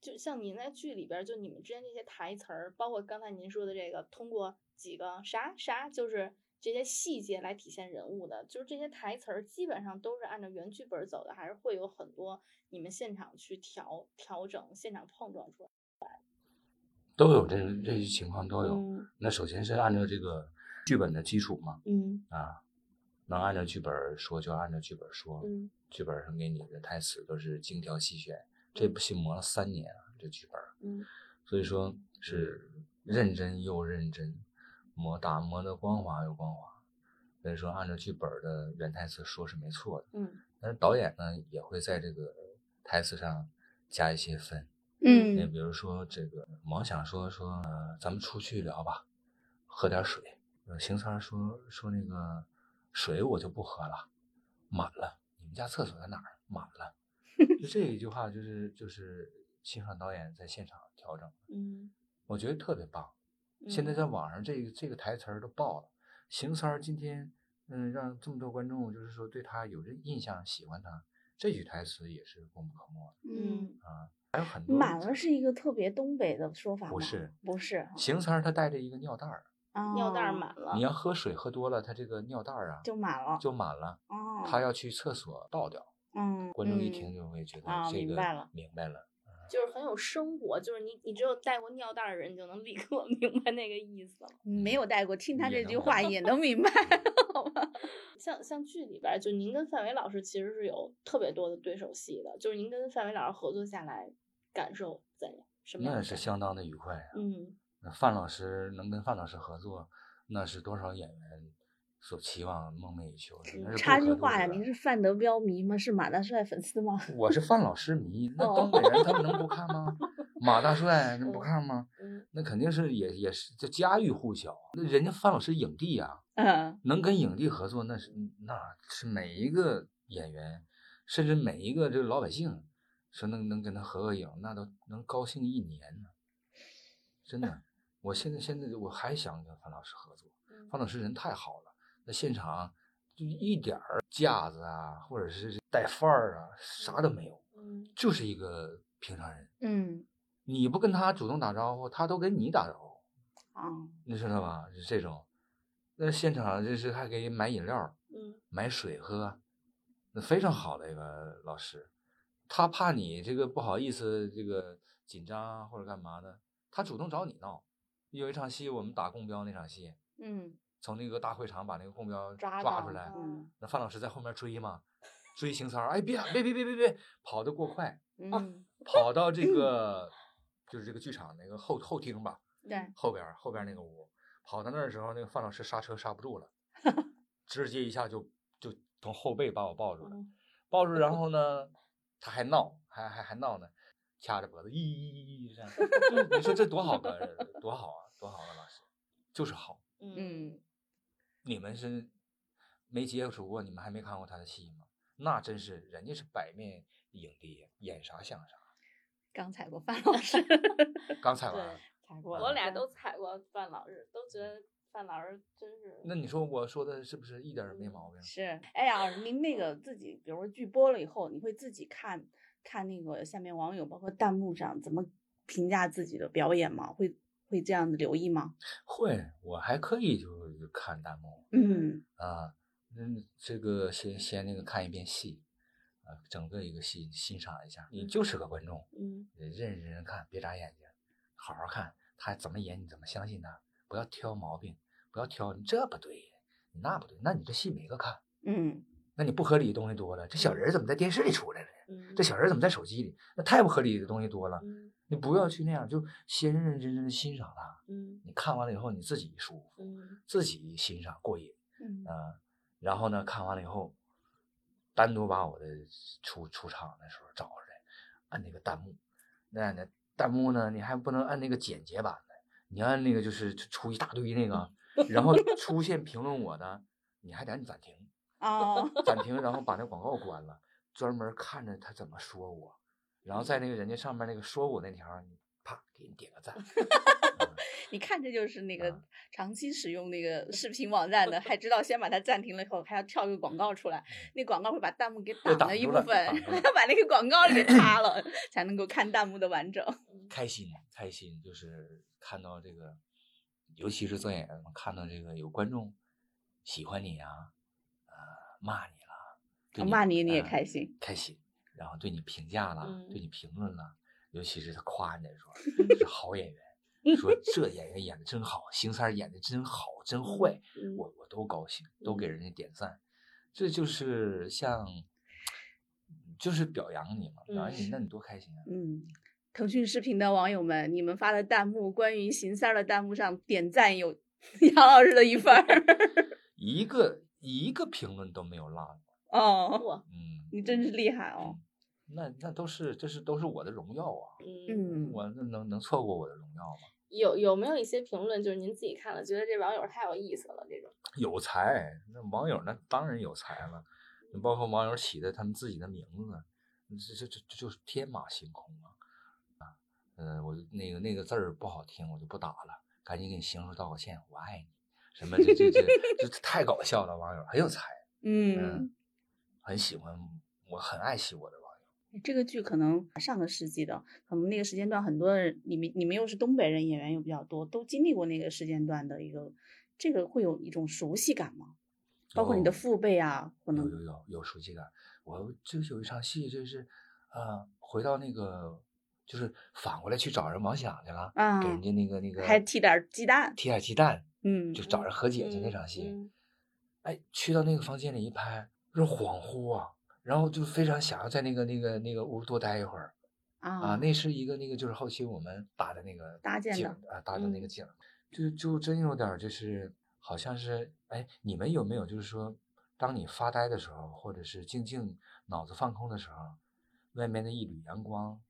Speaker 2: 就像您在剧里边儿，就你们之间这些台词儿，包括刚才您说的这个，通过几个啥啥，就是这些细节来体现人物的，就是这些台词儿基本上都是按照原剧本儿走的，还是会有很多你们现场去调调整、现场碰撞出来。
Speaker 1: 都有这这些情况都有。
Speaker 2: 嗯
Speaker 1: 那首先是按照这个剧本的基础嘛，
Speaker 2: 嗯
Speaker 1: 啊，能按照剧本儿说就按照剧本儿说，
Speaker 2: 嗯
Speaker 1: 剧本儿上给你的台词都是精挑细选。这部戏磨了三年啊，这剧本儿，
Speaker 2: 嗯
Speaker 1: 所以说是认真又认真，磨打磨的光滑又光滑。所以说，按照剧本儿的原台词说是没错的，
Speaker 2: 嗯
Speaker 1: 但是导演呢也会在这个台词上加一些分。
Speaker 2: 嗯
Speaker 1: 那比如说这个毛想说说、呃咱们出去聊吧，喝点水。呃，邢三儿说说那个水我就不喝了，满了。你们家厕所在哪儿？满 了。就这一句话，就是就是秦爽导演在现场调整，
Speaker 2: 嗯，
Speaker 1: 我觉得特别棒。
Speaker 3: 嗯
Speaker 1: 现在在网上这个这个台词儿都爆了。邢三儿今天嗯让这么多观众就是说对他有这印象，喜欢他，这句台词也是功不可没的。
Speaker 2: 嗯
Speaker 3: 嗯，
Speaker 1: 还有很多
Speaker 3: 满了是一个特别东北的说法吗？
Speaker 1: 不是，
Speaker 3: 不是，啊
Speaker 1: 邢三儿他带着一个尿袋儿，
Speaker 2: 嗯尿袋儿
Speaker 3: 哦
Speaker 2: 满了
Speaker 1: 你，要喝水喝多了，他这个尿袋儿啊
Speaker 3: 就满了。
Speaker 1: 就满了，
Speaker 3: 哦，
Speaker 1: 他要去厕所倒掉。
Speaker 3: 嗯，
Speaker 1: 观众一
Speaker 3: 嗯
Speaker 1: 听就会觉得
Speaker 3: 啊
Speaker 1: 这
Speaker 3: 明
Speaker 1: 个
Speaker 3: 白了
Speaker 1: 明白了。
Speaker 2: 就是很有生活，就是你你只有带过尿袋儿的人，你就 能立刻明白那个意思了。
Speaker 3: 嗯没有带过，听他
Speaker 1: 也
Speaker 3: 这
Speaker 1: 能
Speaker 3: 句
Speaker 1: 明
Speaker 3: 话
Speaker 1: 白
Speaker 3: 也能明白。
Speaker 2: 像像剧里边儿，就您跟范伟老师其实是有特别多的对手戏的，就是您跟范伟老师合作下来，感受怎样？什么样
Speaker 1: 那
Speaker 2: 的
Speaker 1: 是
Speaker 2: 感
Speaker 1: 相当的愉快啊！
Speaker 2: 嗯
Speaker 1: 那范老师能跟范老师合作，那是多少演员所期望、梦寐以求的。那是不
Speaker 3: 嗯插
Speaker 1: 可
Speaker 3: 句
Speaker 1: 度
Speaker 3: 话呀，
Speaker 1: 量
Speaker 3: 您是范德彪迷吗？是马大帅粉丝吗？
Speaker 1: 我是范老师迷，那
Speaker 3: 哦
Speaker 1: 东北人他们能不看吗？马 大帅能不看吗？
Speaker 2: 嗯
Speaker 1: 那肯定是也也是这家喻户晓。那人家范老师影帝呀、
Speaker 3: 嗯，
Speaker 1: 能跟影帝合作，那是那是每一个演员，甚至每一个这个老百姓，说能能跟他合个影，那都能高兴一年呢。真的，我现在现在我还想跟范老师合作，
Speaker 2: 嗯
Speaker 1: 范老师人太好了，在现场就一点儿架子啊，或者是带范儿啊，啥都没有，
Speaker 2: 嗯
Speaker 1: 就是一个平常人。
Speaker 3: 嗯，
Speaker 1: 你不跟他主动打招呼，他都跟你打招呼。
Speaker 3: 啊，
Speaker 1: 你知道吧？是这种，那现场就是还给买饮料、
Speaker 2: 嗯
Speaker 1: 买水喝，啊那非常好的一个老师。他怕你这个不好意思，这个紧张啊或者干嘛的，他主动找你闹。有一场戏，我们打共标那场戏，
Speaker 3: 嗯，
Speaker 1: 从那个大会场把那个共标
Speaker 3: 抓
Speaker 1: 抓
Speaker 3: 到
Speaker 1: 出来
Speaker 3: 了，嗯
Speaker 1: 那范老师在后面追嘛，追邢三儿，哎别别别别别别，跑得过快，
Speaker 3: 嗯，
Speaker 1: 跑到这个就是这个剧场那个后后厅吧，
Speaker 3: 对，
Speaker 1: 后边儿后边儿那个屋，跑到那儿的时候，那个范老师刹车刹不住 了，直接一下就就从后背把我抱住了，
Speaker 2: 嗯
Speaker 1: 抱住，然后呢，他还闹，还还还闹呢，掐着脖子，咦咦咦咦咦这样，就你说这多好个人儿，多好啊，多好啊，老师，就是好。
Speaker 3: 嗯，
Speaker 1: 你们是没接触过，你们还没看过他的戏吗？那真是人家是百面影帝，演啥像啥。
Speaker 3: 刚踩过范老师，
Speaker 1: 刚踩
Speaker 4: 对
Speaker 1: 完，
Speaker 4: 踩过，
Speaker 2: 我俩
Speaker 3: 嗯
Speaker 4: 对
Speaker 2: 都踩过范老师，都觉得范老师真是
Speaker 1: 那你说我说的是不是一点儿没
Speaker 2: 嗯
Speaker 1: 毛病？
Speaker 3: 是，哎呀，您那个自己，比如说剧播了以后，你会自己看看那个下面网友，包括弹幕上怎么评价自己的表演吗？会会这样子留意吗？
Speaker 1: 会，我还可以就是看弹幕
Speaker 3: 嗯
Speaker 1: 啊，嗯，这个先先那个看一遍戏，啊，整个一个戏欣赏一下。你就是个观众，
Speaker 3: 嗯
Speaker 1: 呃认认真真看，别眨眼睛，好好看他怎么演，你怎么相信他，不要挑毛病，不要挑你这不对，你那不对，那你这戏没个看。
Speaker 3: 嗯，
Speaker 1: 那你不合理的东西多了，这小人儿怎么在电视里出来了呢？
Speaker 2: 嗯
Speaker 1: 这小人儿怎么在手机里？那太不合理的东西多了，
Speaker 2: 嗯
Speaker 1: 你不要去那样，就先认认真真的欣赏它。
Speaker 2: 嗯
Speaker 1: 你看完了以后，你自己舒服，
Speaker 2: 嗯
Speaker 1: 自己欣赏过瘾
Speaker 3: 嗯
Speaker 1: 啊、然后呢，看完了以后，单独把我的出出场的时候找出来，按那个弹幕，那那弹幕呢，你还不能按那个简洁版的，你按那个就是出一大堆那个，然后出现评论我的，你还得按暂停。
Speaker 3: 哦，
Speaker 1: 暂停，然后把那广告关了，专门看着他怎么说我，然后在那个人家上面那个说我那条儿，你啪给你点个 赞，
Speaker 3: 你看这就是那个
Speaker 1: 啊
Speaker 3: 长期使用那个视频网站的，还知道先把它暂停了以后，还要跳一个广告出来，那广告会把弹幕给挡
Speaker 1: 嗯挡
Speaker 3: 了一
Speaker 1: 住
Speaker 3: 部
Speaker 1: 了
Speaker 3: 分，
Speaker 1: 挡住了
Speaker 3: 把那个广告给擦了，才能够看弹幕的 完整。
Speaker 1: 开心开心，就是看到这个，尤其是做演员嘛，看到这个有观众喜欢你啊，呃骂你了，对
Speaker 3: 啊哦骂你你也
Speaker 1: 呃
Speaker 3: 开心，
Speaker 1: 开心，然后对你评价了，对
Speaker 2: 嗯
Speaker 1: 你评论了，尤其是他夸你的时 候是好演员，说这演员演的真好，邢三儿演的真好真坏。
Speaker 2: 嗯
Speaker 1: 我我都高兴，都给人家点赞，这就是像，就是表扬你嘛，表扬你，那你多开心啊！
Speaker 3: 嗯，腾讯视频的网友们，你们发的弹幕关于邢三儿的弹幕上点赞有杨老师的一份儿
Speaker 1: 一个一个评论都没有落过，
Speaker 3: 哦，
Speaker 2: 哇
Speaker 1: 嗯，
Speaker 3: 你真是厉害哦
Speaker 1: 嗯，那那都是这是都是我的荣耀啊！
Speaker 2: 嗯，
Speaker 3: 嗯，
Speaker 1: 我那能能错过我的荣耀吗？
Speaker 2: 有有没有一些评论就是您自己看了觉得这网友太有意思了这种？
Speaker 1: 有才，那网友那当然有才了，你包括网友起的他们自己的名字，嗯这这这这就是天马行空啊！啊，嗯，我就那个那个字儿不好听，我就不打了，赶紧给邢叔道个歉，我爱你，什么这这这这这太搞笑了，网友很有才，
Speaker 3: 嗯
Speaker 1: 嗯，很喜欢，我很爱惜我的网友，
Speaker 3: 这个剧可能上个世纪的，可能那个时间段很多人，你们你们又是东北人，演员又比较多，都经历过那个时间段的一个，这个会有一种熟悉感吗？包括你的
Speaker 1: 有
Speaker 3: 父辈啊，可
Speaker 1: 有有
Speaker 3: 能
Speaker 1: 有有熟悉感。我就是有一场戏，就是，呃，回到那个，就是反过来去找人王想去了，
Speaker 3: 啊
Speaker 1: 给人家那个那个
Speaker 3: 还替点儿鸡蛋
Speaker 1: 替点儿鸡蛋，
Speaker 3: 嗯
Speaker 1: 就找人和解去那
Speaker 2: 嗯
Speaker 1: 场戏。
Speaker 2: 嗯
Speaker 1: 哎，去到那个房间里一拍，就是恍惚啊，然后就非常想要在那个那个那个屋多待一会儿啊。
Speaker 3: 啊，
Speaker 1: 那是一个那个就是后期我们搭的那个
Speaker 3: 搭建的
Speaker 1: 景啊，搭的那个景，就就真有点儿就是好像是哎，你们有没有就是说，当你发呆的时候，或者是静静脑子放空的时候，外面的一缕阳光，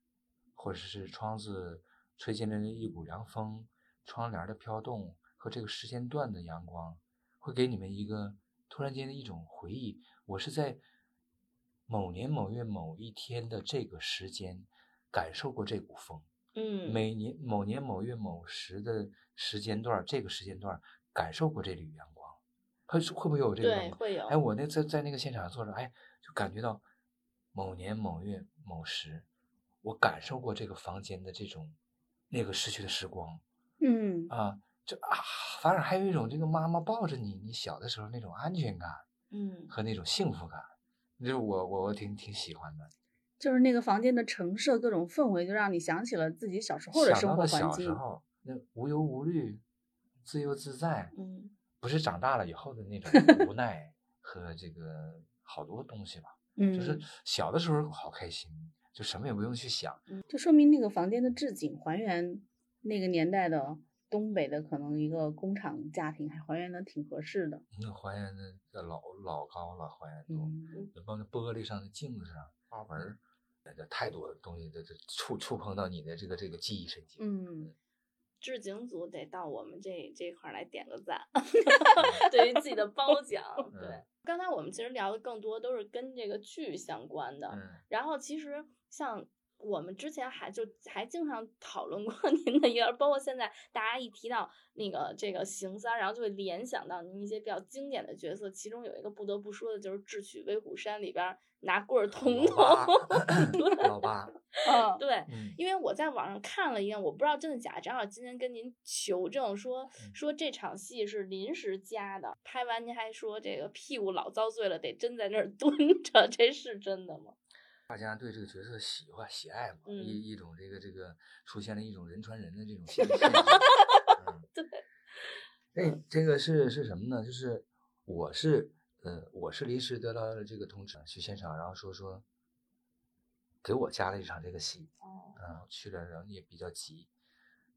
Speaker 1: 或者是窗子吹进来的一股凉风，窗帘儿的飘动和这个时间段的阳光，会给你们一个突然间的一种回忆。我是在某年某月某一天的这个时间感受过这股风，
Speaker 2: 嗯
Speaker 1: 每年某年某月某时的时间段儿，这个时间段儿感受过这缕阳光，会是会不会有这个
Speaker 2: 对
Speaker 1: 阳光？
Speaker 2: 会有
Speaker 1: 哎，我那在在那个现场坐着，哎，就感觉到某年某月某时，我感受过这个房间的这种那个逝去的时光
Speaker 3: 嗯
Speaker 1: 啊，这啊，反而还有一种这个妈妈抱着你，你小的时候那种安全感
Speaker 2: 嗯
Speaker 1: 和那种幸福感，就是我我我挺挺喜欢的。
Speaker 3: 就是那个房间的陈设，各种氛围，就让你想起了自己小时候的
Speaker 1: 想
Speaker 3: 生
Speaker 1: 到
Speaker 3: 活
Speaker 1: 了
Speaker 3: 环
Speaker 1: 小时
Speaker 3: 境。
Speaker 1: 候那无忧无虑、自由自在，
Speaker 2: 嗯
Speaker 1: 不是长大了以后的那种无奈和这个好多东西吧。
Speaker 3: 嗯，
Speaker 1: 就是小的时候好开心，就什么也不用去想。
Speaker 3: 就说明那个房间的置景还原那个年代的东北的可能一个工厂家庭，还还原的挺合适的。
Speaker 1: 那还原的呃老老高了，还原度，
Speaker 3: 嗯，
Speaker 1: 包括玻璃上的镜子上花纹儿，这太多东西，这这触触碰到你的这个这个记忆神经。
Speaker 3: 嗯，
Speaker 2: 置景组得到我们这这块儿来点个赞， 对于自己的褒奖。对
Speaker 1: 嗯，
Speaker 2: 刚才我们其实聊的更多都是跟这个剧相关的，
Speaker 1: 嗯，
Speaker 2: 然后其实像我们之前还就还经常讨论过 您的一个，包括现在大家一提到那个这个邢三儿，然后就会联想到您一些比较经典的角色，其中有一个不得不说的就是《智取威虎山》里边儿拿 棍儿捅
Speaker 1: 嗯老八
Speaker 2: 头。，
Speaker 1: 老八，
Speaker 3: 啊，
Speaker 2: 对，
Speaker 1: 嗯，
Speaker 2: 因为我在网上看了一个，我不知道真的假的，正好今天跟您求证说
Speaker 1: 嗯
Speaker 2: 说这场戏是临时加的，拍完您还说这个屁股老遭罪了，得真在那儿 蹲着，这是真的吗？
Speaker 1: 大家对这个角色喜欢喜爱嘛，
Speaker 2: 嗯
Speaker 1: 一一种这个这个出现了一种人传人的这种现现象。嗯，
Speaker 2: 对，
Speaker 1: 这这个是是什么呢？就是我是呃，我是临时得到了这个通知去现场，然后说说给我加了一场这个戏，
Speaker 2: 哦，
Speaker 1: 然后去了，然后也比较急，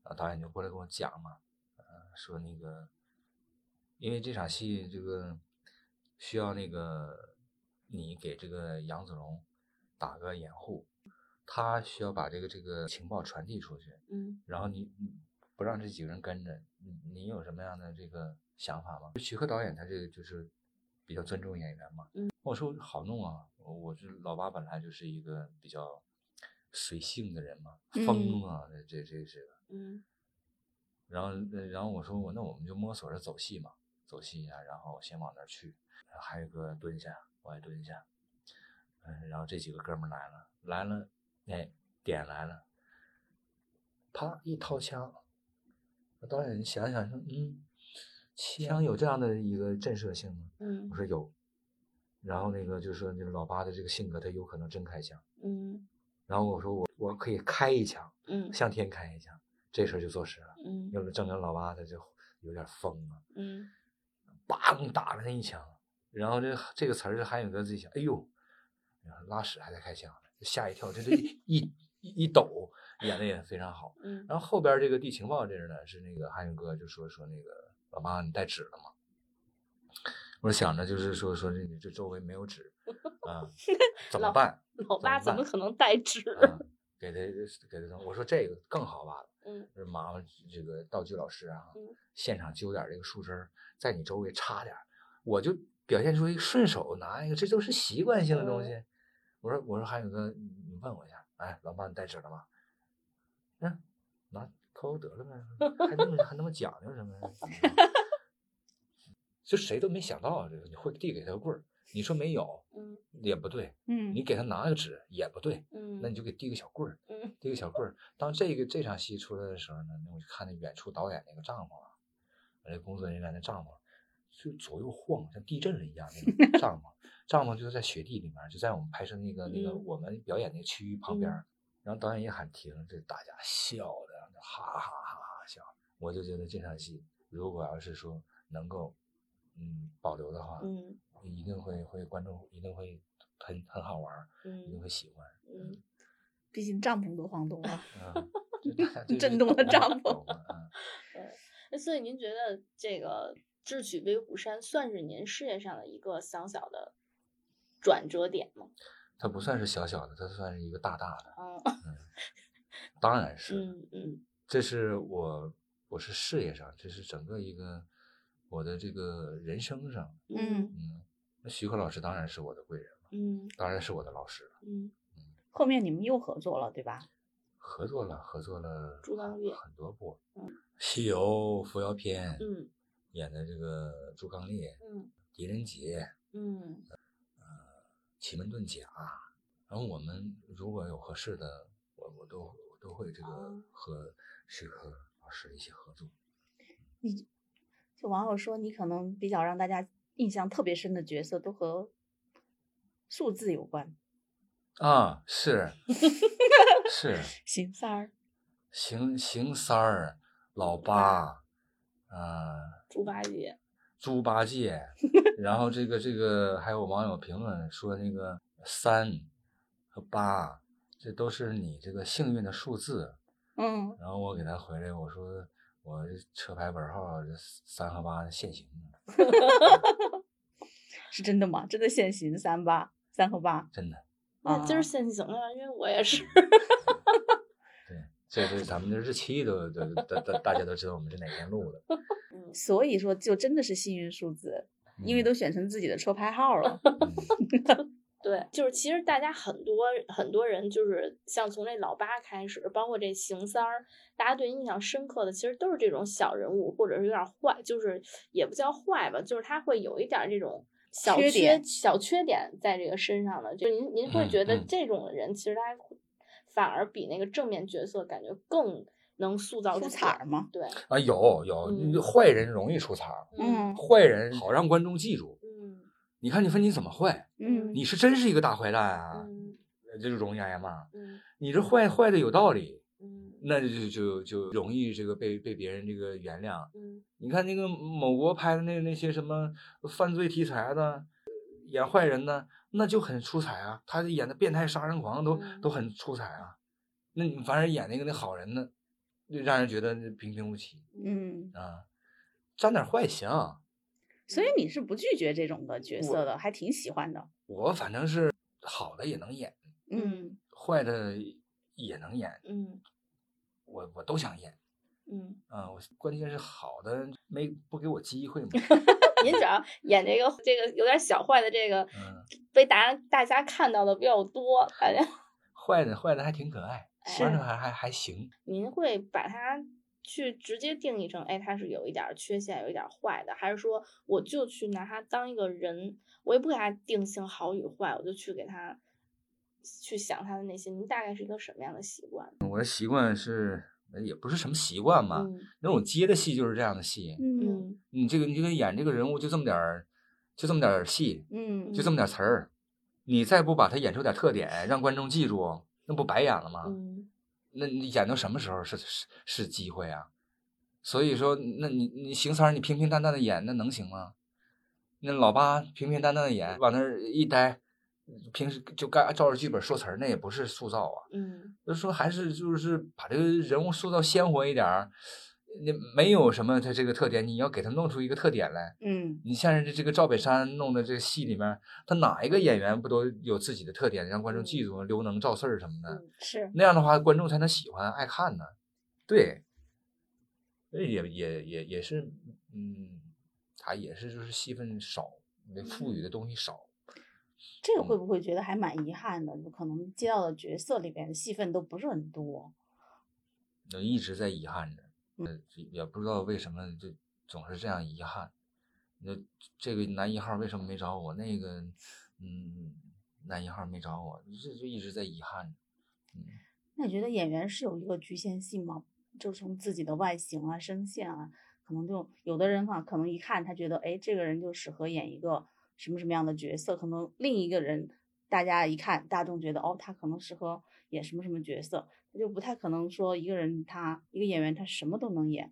Speaker 1: 然后导演就过来跟我讲嘛，呃，说那个，因为这场戏这个需要那个你给这个杨子荣打个掩护，他需要把这个这个情报传递出去，
Speaker 3: 嗯，
Speaker 1: 然后你你不让这几个人跟着，你你有什么样的这个想法吗？徐克导演他这个就是比较尊重演员嘛，嗯，我说好弄啊，我我这老八本来就是一个比较随性的人嘛，疯
Speaker 3: 嗯
Speaker 1: 啊，这这这这个，
Speaker 2: 嗯
Speaker 1: 然后呃然后我说我那我们就摸索着走戏嘛，走戏一下，然后先往那儿去，然后还有一个蹲下，我也蹲下，嗯，然后这几个哥们儿来了，来了，哎，点来了，啪一掏枪，导演想想说，嗯，枪有这样的一个震慑性吗？
Speaker 2: 嗯
Speaker 1: 我说有，然后那个就说那个老八的这个性格，他有可能真开枪，
Speaker 2: 嗯
Speaker 1: 然后我说我我可以开一枪，
Speaker 2: 嗯
Speaker 1: 向天开一枪，这事儿就坐实了。
Speaker 2: 嗯
Speaker 1: 要是正跟老八他就有点疯了，
Speaker 2: 嗯
Speaker 1: 梆打了他一枪，然后这这个词儿还有个自己想，哎呦，然后拉屎还在开枪呢，吓一跳，这这一一一一抖，演的也非常好。
Speaker 2: 嗯
Speaker 1: 然后后边这个地情报这人呢，是那个汉云哥就说说那个老八你带纸了吗？我想着就是说说这这周围没有纸 啊，怎么
Speaker 2: 老
Speaker 1: 办？
Speaker 2: 老八怎
Speaker 1: 怎么办
Speaker 2: 么可能带纸？
Speaker 1: 啊，给他给他弄，我说这个更好吧，
Speaker 2: 嗯
Speaker 1: 就是麻烦这个道具老师啊，
Speaker 2: 嗯
Speaker 1: 现场揪点儿这个树枝儿，在你周围插点儿，我就表现出一个顺手拿一个，这都是习惯性的东西。
Speaker 2: 嗯
Speaker 1: 我说我说韩宇哥，你你问我一下，哎，老板你带纸了吗？嗯，拿抠得了呗，还那么还那么讲究什么呀？ 就谁都没想到这个，你会递给他个棍儿，你说没有
Speaker 2: 嗯
Speaker 1: 也不对，
Speaker 3: 嗯
Speaker 1: 你给他拿个纸也不对，
Speaker 2: 嗯，
Speaker 1: 那你就给递个小棍儿，
Speaker 2: 嗯
Speaker 1: 递个小棍儿。当这个这场戏出来的时候呢，那我就看那远处导演那个帐篷啊，我那工作人员的帐篷就左右晃，像地震了一样那 个帐篷，帐篷就在雪地里面，就在我们拍摄那个那个
Speaker 2: 嗯
Speaker 1: 我们表演那个区域旁边
Speaker 3: 嗯
Speaker 1: 儿。然后导演一喊停，这大家笑的哈哈哈哈笑。我就觉得这场戏如果要是说能够嗯保留的话，
Speaker 2: 嗯
Speaker 1: 一定会会观众一定会很很好玩儿，一定
Speaker 2: 嗯
Speaker 1: 会喜欢。
Speaker 2: 嗯，
Speaker 3: 毕竟帐篷都晃动了。
Speaker 1: 嗯，就 大家就是
Speaker 3: 震动了
Speaker 1: 抖
Speaker 3: 帐
Speaker 1: 嘛
Speaker 3: 篷
Speaker 1: 抖嘛嗯
Speaker 2: 那所以您觉得这个《智取威虎山》算是您事业上的一个小小的转折点吗？
Speaker 1: 它不算是小小的，它算是一个大大的。
Speaker 2: 嗯
Speaker 1: 当然是，
Speaker 2: 嗯嗯
Speaker 1: 这是我我是事业上，这是整个一个我的这个人生上，
Speaker 2: 嗯
Speaker 1: 嗯，那徐克老师当然是我的贵人了，
Speaker 2: 嗯
Speaker 1: 当然是我的老师了。
Speaker 2: 嗯
Speaker 3: 后面你们又合作了，对吧？
Speaker 1: 合作了，合作了
Speaker 2: 朱刚烈
Speaker 1: 很多部，西游伏妖篇》
Speaker 2: 嗯
Speaker 1: 演的这个朱刚烈、
Speaker 2: 嗯
Speaker 1: 狄仁杰、
Speaker 2: 嗯
Speaker 1: 呃奇门遁甲，然后我们如果有合适的，我我都我都会这
Speaker 2: 哦
Speaker 1: 个和徐克老师一起合作。
Speaker 3: 就网友说你可能比较让大家印象特别深的角色都和数字有关，
Speaker 1: 啊，是是，
Speaker 3: 邢三儿，
Speaker 1: 邢邢三儿、老八，呃，
Speaker 2: 猪八戒，
Speaker 1: 猪八戒，然后这个这个还有网友评论说那个三和八，这都是你这个幸运的数字。
Speaker 3: 嗯，
Speaker 1: 然后我给他回来，我说我这车牌本号这三和八限行啊的，
Speaker 3: 是真的吗？真的限行三八三和八
Speaker 1: 真的。
Speaker 2: 那
Speaker 3: 啊
Speaker 2: 今儿现行啊，因为我 也是。
Speaker 1: 对，这是咱们的日期都都大大大家都知道我们是哪天录的，
Speaker 2: 嗯
Speaker 3: 所以说就真的是幸运数字， 因为都选成自己的车牌号 了。
Speaker 1: 嗯
Speaker 2: 对，就是其实大家很多很多人就是像从这老八开始，包括这邢三儿，大家对印象深刻的其实都是这种小人物，或者是有点坏，就是也不叫坏吧，就是他会有一点儿这种小
Speaker 3: 缺
Speaker 2: 缺
Speaker 3: 点
Speaker 2: 小缺点在这个身上的。就您您会
Speaker 1: 嗯
Speaker 2: 觉得
Speaker 1: 嗯
Speaker 2: 这种人其实他反而比那个正面角色感觉更能塑造
Speaker 3: 出
Speaker 2: 自己
Speaker 3: 彩儿吗？
Speaker 2: 对，
Speaker 1: 啊有有
Speaker 2: 嗯
Speaker 1: 坏人容易出彩儿，
Speaker 3: 嗯
Speaker 1: 坏人好让观众记住。
Speaker 2: 嗯
Speaker 1: 你看你分你怎么坏，
Speaker 3: 嗯
Speaker 1: 你是真是一个大坏蛋啊，
Speaker 2: 嗯
Speaker 1: 这就容易挨骂。
Speaker 2: 嗯
Speaker 1: 你这坏坏的有道理，
Speaker 2: 嗯
Speaker 1: 那就就就容易这个被被别人这个原谅。
Speaker 2: 嗯
Speaker 1: 你看那个某国拍的那那些什么犯罪题材的，演坏人的，那就很出彩啊。他演的变态杀人狂都、
Speaker 2: 嗯
Speaker 1: 都很出彩啊。那你反而演那个那好人呢，就让人觉得平平无奇
Speaker 3: 嗯，
Speaker 1: 啊。沾点坏行，
Speaker 3: 所以你是不拒绝这种的角色的，还挺喜欢的。
Speaker 1: 我反正是好的也能演，
Speaker 3: 嗯
Speaker 1: 坏的也能演，
Speaker 2: 嗯
Speaker 1: 我我都想演。
Speaker 2: 嗯，
Speaker 1: 啊，我关键是好的没不给我机 会嘛，
Speaker 2: 您只要演这个这个有点小坏的这个。
Speaker 1: 嗯，
Speaker 2: 被大家大家看到的比较多，感觉
Speaker 1: 坏的坏的还挺可爱，
Speaker 2: 是
Speaker 1: 玩的还还还行，
Speaker 2: 您会把它去直接定义成，哎，他是有一点儿缺陷，有一点儿坏的，还是说我就去拿他当一个人，我也不给他定性好与坏，我就去给他去想他的内心，您大概是一个什么样的习惯？
Speaker 1: 我的习惯是，呃也不是什么习惯吧，
Speaker 2: 嗯
Speaker 1: 那种接的戏就是这样的戏。
Speaker 3: 嗯
Speaker 2: 嗯
Speaker 1: 你这个你这个演这个人物就这么点儿，就这么点儿戏，
Speaker 3: 嗯
Speaker 1: 就这么点儿词儿，你再不把它演出点特点，让观众记住，那不白演了吗？
Speaker 2: 嗯
Speaker 1: 那你演到什么时候是是是机会啊？所以说，那你你邢三儿你平平淡淡的演，那能行吗？那老八平平淡淡的演，往那儿一待，平时就该照着剧本说词儿，那也不是塑造啊。
Speaker 2: 嗯
Speaker 1: 就说还是就是把这个人物塑造鲜活一点儿。你没有什么他这个特点，你要给他弄出一个特点来。
Speaker 3: 嗯
Speaker 1: 你像是这个赵本山弄的这个戏里面，他哪一个演员不都有自己的特点，让观众记住？刘能、赵四儿什么的，
Speaker 2: 嗯
Speaker 3: 是
Speaker 1: 那样的话观众才能喜欢、爱看呢。对，所以也也也也是，嗯，他也是就是戏份少，那赋予的东西少。
Speaker 3: 这
Speaker 1: 嗯
Speaker 3: 个会不会觉得还蛮遗憾的？就可能接到的角色里边的戏份都不是很多。
Speaker 1: 就一直在遗憾着，呃，也不知道为什么就总是这样遗憾。那这个男一号为什么没找我？那个，嗯，男一号没找我，这就一直在遗憾着。
Speaker 3: 那你觉得演员是有一个局限性吗？就从自己的外形啊、声线啊，可能就有的人啊，可能一看他觉得，哎，这个人就适合演一个什么什么样的角色，可能另一个人大家一看，大众觉得，哦，他可能适合演什么什么角色，他就不太可能说一个人他一个演员他什么都能演。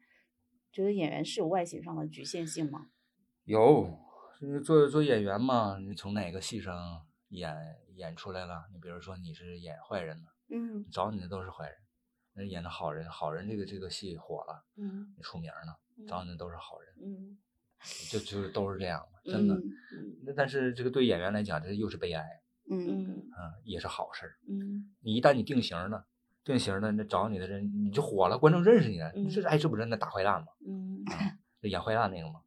Speaker 3: 觉得演员是有外形上的局限性吗？
Speaker 1: 有，就是做做演员嘛，你从哪个戏上演演出来了？你比如说你是演坏人的，
Speaker 3: 嗯
Speaker 1: 找你的都是坏人；那演的好人，好人这个这个戏火了，
Speaker 2: 嗯
Speaker 1: 你出名了，找你的都是好人，
Speaker 2: 嗯
Speaker 1: 就就都是这样嘛，真的。那但是这个对演员来讲，这又是悲哀。
Speaker 3: 嗯
Speaker 2: 嗯
Speaker 1: 嗯，也是好事儿。
Speaker 2: 嗯
Speaker 1: 你一旦你定型儿了，定型儿了，那找你的人你就火了，观众认识你了，你这
Speaker 2: 嗯
Speaker 1: 哎，这不是那大坏蛋吗？
Speaker 2: 嗯
Speaker 1: 这演坏蛋那个吗？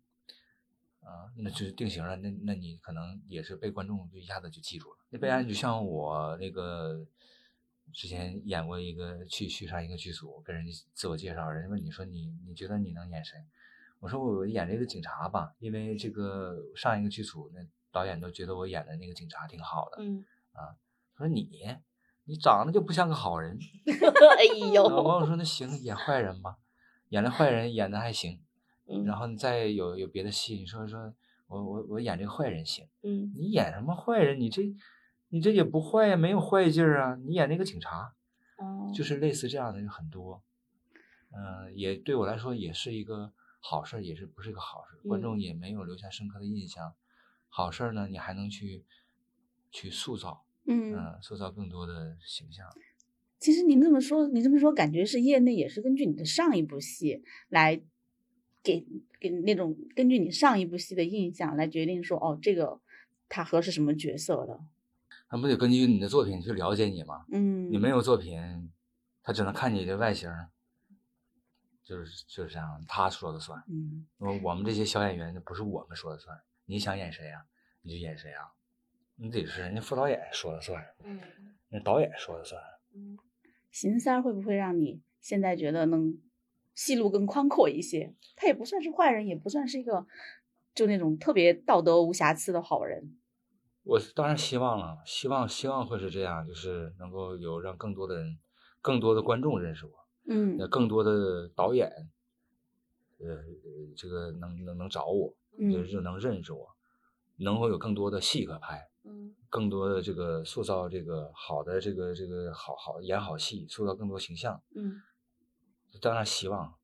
Speaker 1: 啊，那就是定型儿了，那那你可能也是被观众就一下子就记住了。那悲哀就像我那个之前演过一个去去上一个剧组，跟人家自我介绍，人家问你说你你觉得你能演谁？我说我演这个警察吧，因为这个上一个剧组那导演都觉得我演的那个警察挺好的。
Speaker 2: 嗯，
Speaker 1: 他说你，你长得就不像个好人。
Speaker 2: 哎
Speaker 1: 然后
Speaker 2: 呦，
Speaker 1: 我说那行，演坏人吧，演了坏人演的还行，然
Speaker 2: 嗯
Speaker 1: 后你再有有别的戏，你说说我我我演这个坏人行，
Speaker 2: 嗯
Speaker 1: 你演什么坏人？你这你这也不坏呀，没有坏劲儿啊。你演那个警察，
Speaker 2: 哦
Speaker 1: 就是类似这样的就很多。嗯、也对我来说也是一个好事儿，也是不是一个好事儿，观众也没有留下深刻的印象。好事儿呢，你还能去去塑造，
Speaker 3: 嗯
Speaker 1: 嗯、塑造更多的形象。
Speaker 3: 其实您这么说，你这么说，感觉是业内也是根据你的上一部戏来给给那种根据你上一部戏的印象来决定说，哦，这个他合适什么角色的。
Speaker 1: 他不得根据你的作品去了解你吗？
Speaker 3: 嗯，
Speaker 1: 你没有作品，他只能看你的外形儿，就是就是这样，他说了算。
Speaker 3: 嗯，
Speaker 1: 我我们这些小演员不是我们说了算，你想演谁呀、你就演谁呀、你得是人家副导演说了算，
Speaker 2: 嗯
Speaker 1: 那导演说了算。
Speaker 2: 嗯，
Speaker 3: 邢三儿会不会让你现在觉得能戏路更宽阔一些？他也不算是坏人，也不算是一个就那种特别道德无瑕疵的好人。
Speaker 1: 我是当然希望了，希望希望会是这样，就是能够有让更多的人、更多的观众认识我，
Speaker 3: 嗯
Speaker 1: 那更多的导演，呃，呃这个能能能找我，就
Speaker 3: 嗯
Speaker 1: 是能认识我，能够有更多的戏可拍，
Speaker 2: 嗯
Speaker 1: 更多的这个塑造这个好的这个这个好好演好戏，塑造更多形象。
Speaker 3: 嗯
Speaker 1: 当然希望，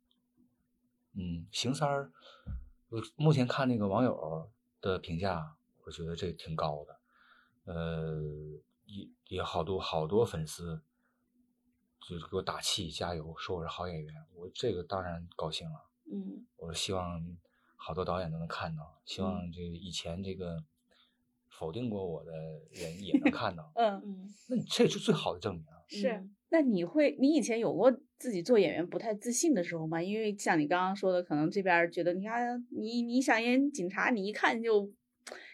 Speaker 1: 嗯，邢三儿，我目前看那个网友的评价，我觉得这挺高的，呃，也也好多好多粉丝，就是给我打气加油，说我是好演员，我这个当然高兴了。
Speaker 3: 嗯
Speaker 1: 我说希望好多导演都能看到，希
Speaker 3: 嗯，
Speaker 1: 望这个以前这个否定过我的人也能看到
Speaker 3: 嗯，
Speaker 2: 嗯
Speaker 1: 那你这就最好的证明啊。
Speaker 3: 是
Speaker 2: 嗯。
Speaker 3: 那你会，你以前有过自己做演员不太自信的时候吗？因为像你刚刚说的，可能这边儿觉得你看你你想演警察，你一看就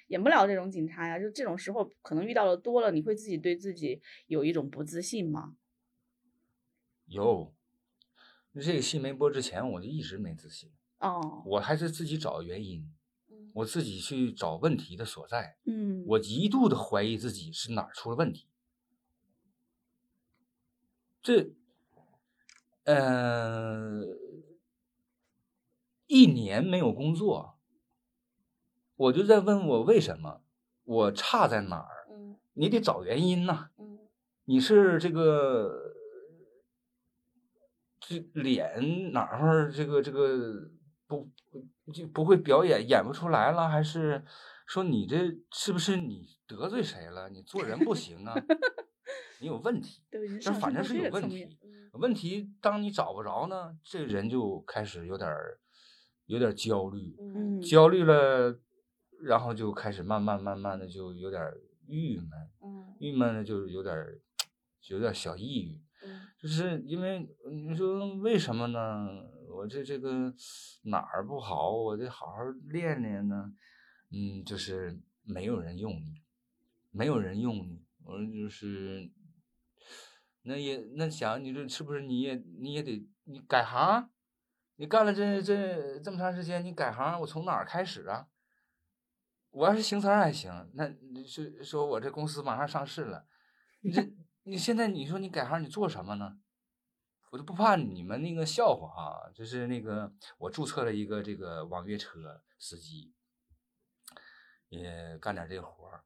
Speaker 3: 演不了这种警察呀，就这种时候可能遇到的多了，你会自己对自己有一种不自信吗？
Speaker 1: 有，这个戏没播之前我就一直没自信。
Speaker 3: 哦，
Speaker 1: 我还是自己找原因，
Speaker 2: 嗯
Speaker 1: 我自己去找问题的所在。
Speaker 3: 嗯，
Speaker 1: 我一度的怀疑自己是哪儿出了问题。这，呃，一年没有工作，我就在问我为什么，我差在哪儿？
Speaker 2: 嗯
Speaker 1: 你得找原因呐、
Speaker 2: 嗯
Speaker 1: 你是这个这脸哪块儿这个这个不就不会表演，演不出来了，还是说你这是不是你得罪谁了？你做人不行啊，你有问题。
Speaker 3: 对，已经
Speaker 1: 但
Speaker 3: 上
Speaker 1: 反正
Speaker 3: 升到
Speaker 1: 是
Speaker 3: 这
Speaker 1: 有
Speaker 3: 个
Speaker 1: 问
Speaker 3: 层面
Speaker 1: 题，问题当你找不着呢，这人就开始有点儿有点儿焦虑，
Speaker 2: 嗯
Speaker 3: 嗯，
Speaker 1: 焦虑了，然后就开始慢慢慢慢的就有点儿郁闷，
Speaker 2: 嗯
Speaker 1: 郁闷的就是有点儿有点儿小抑郁，
Speaker 2: 嗯
Speaker 1: 就是因为嗯你说为什么呢？我这这个哪儿不好？我得好好练练呢。嗯，就是没有人用你，没有人用你。我说就是，那也那想你这是不是你也你也得你改行？啊你干了这这这么长时间，你改行，我从哪儿开始啊？我要是行三儿还行，那你是说我这公司马上上市了，你这你现在你说你改行你做什么呢？我都不怕你们那个笑话哈、就是那个我注册了一个这个网约车司机，也干点这个活儿，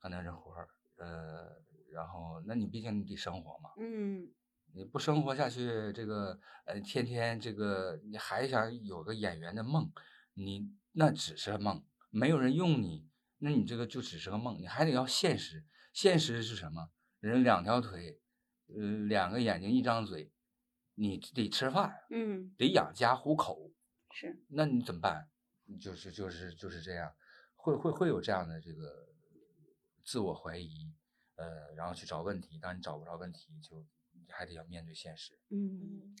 Speaker 1: 干点这活儿，呃，然后那你毕竟你得生活嘛，
Speaker 3: 嗯
Speaker 1: 你不生活下去，这个呃，天天这个你还想有个演员的梦，你那只是梦，没有人用你，那你这个就只是个梦，你还得要现实。现实是什么？人两条腿，呃，两个眼睛，一张嘴，你得吃饭，
Speaker 3: 嗯，
Speaker 1: 得养家糊口，
Speaker 3: 是，
Speaker 1: 那你怎么办？就是就是就是这样，会会会有这样的这个自我怀疑，呃，然后去找问题，当你找不着问题，就你还得要面对现实。
Speaker 3: 嗯，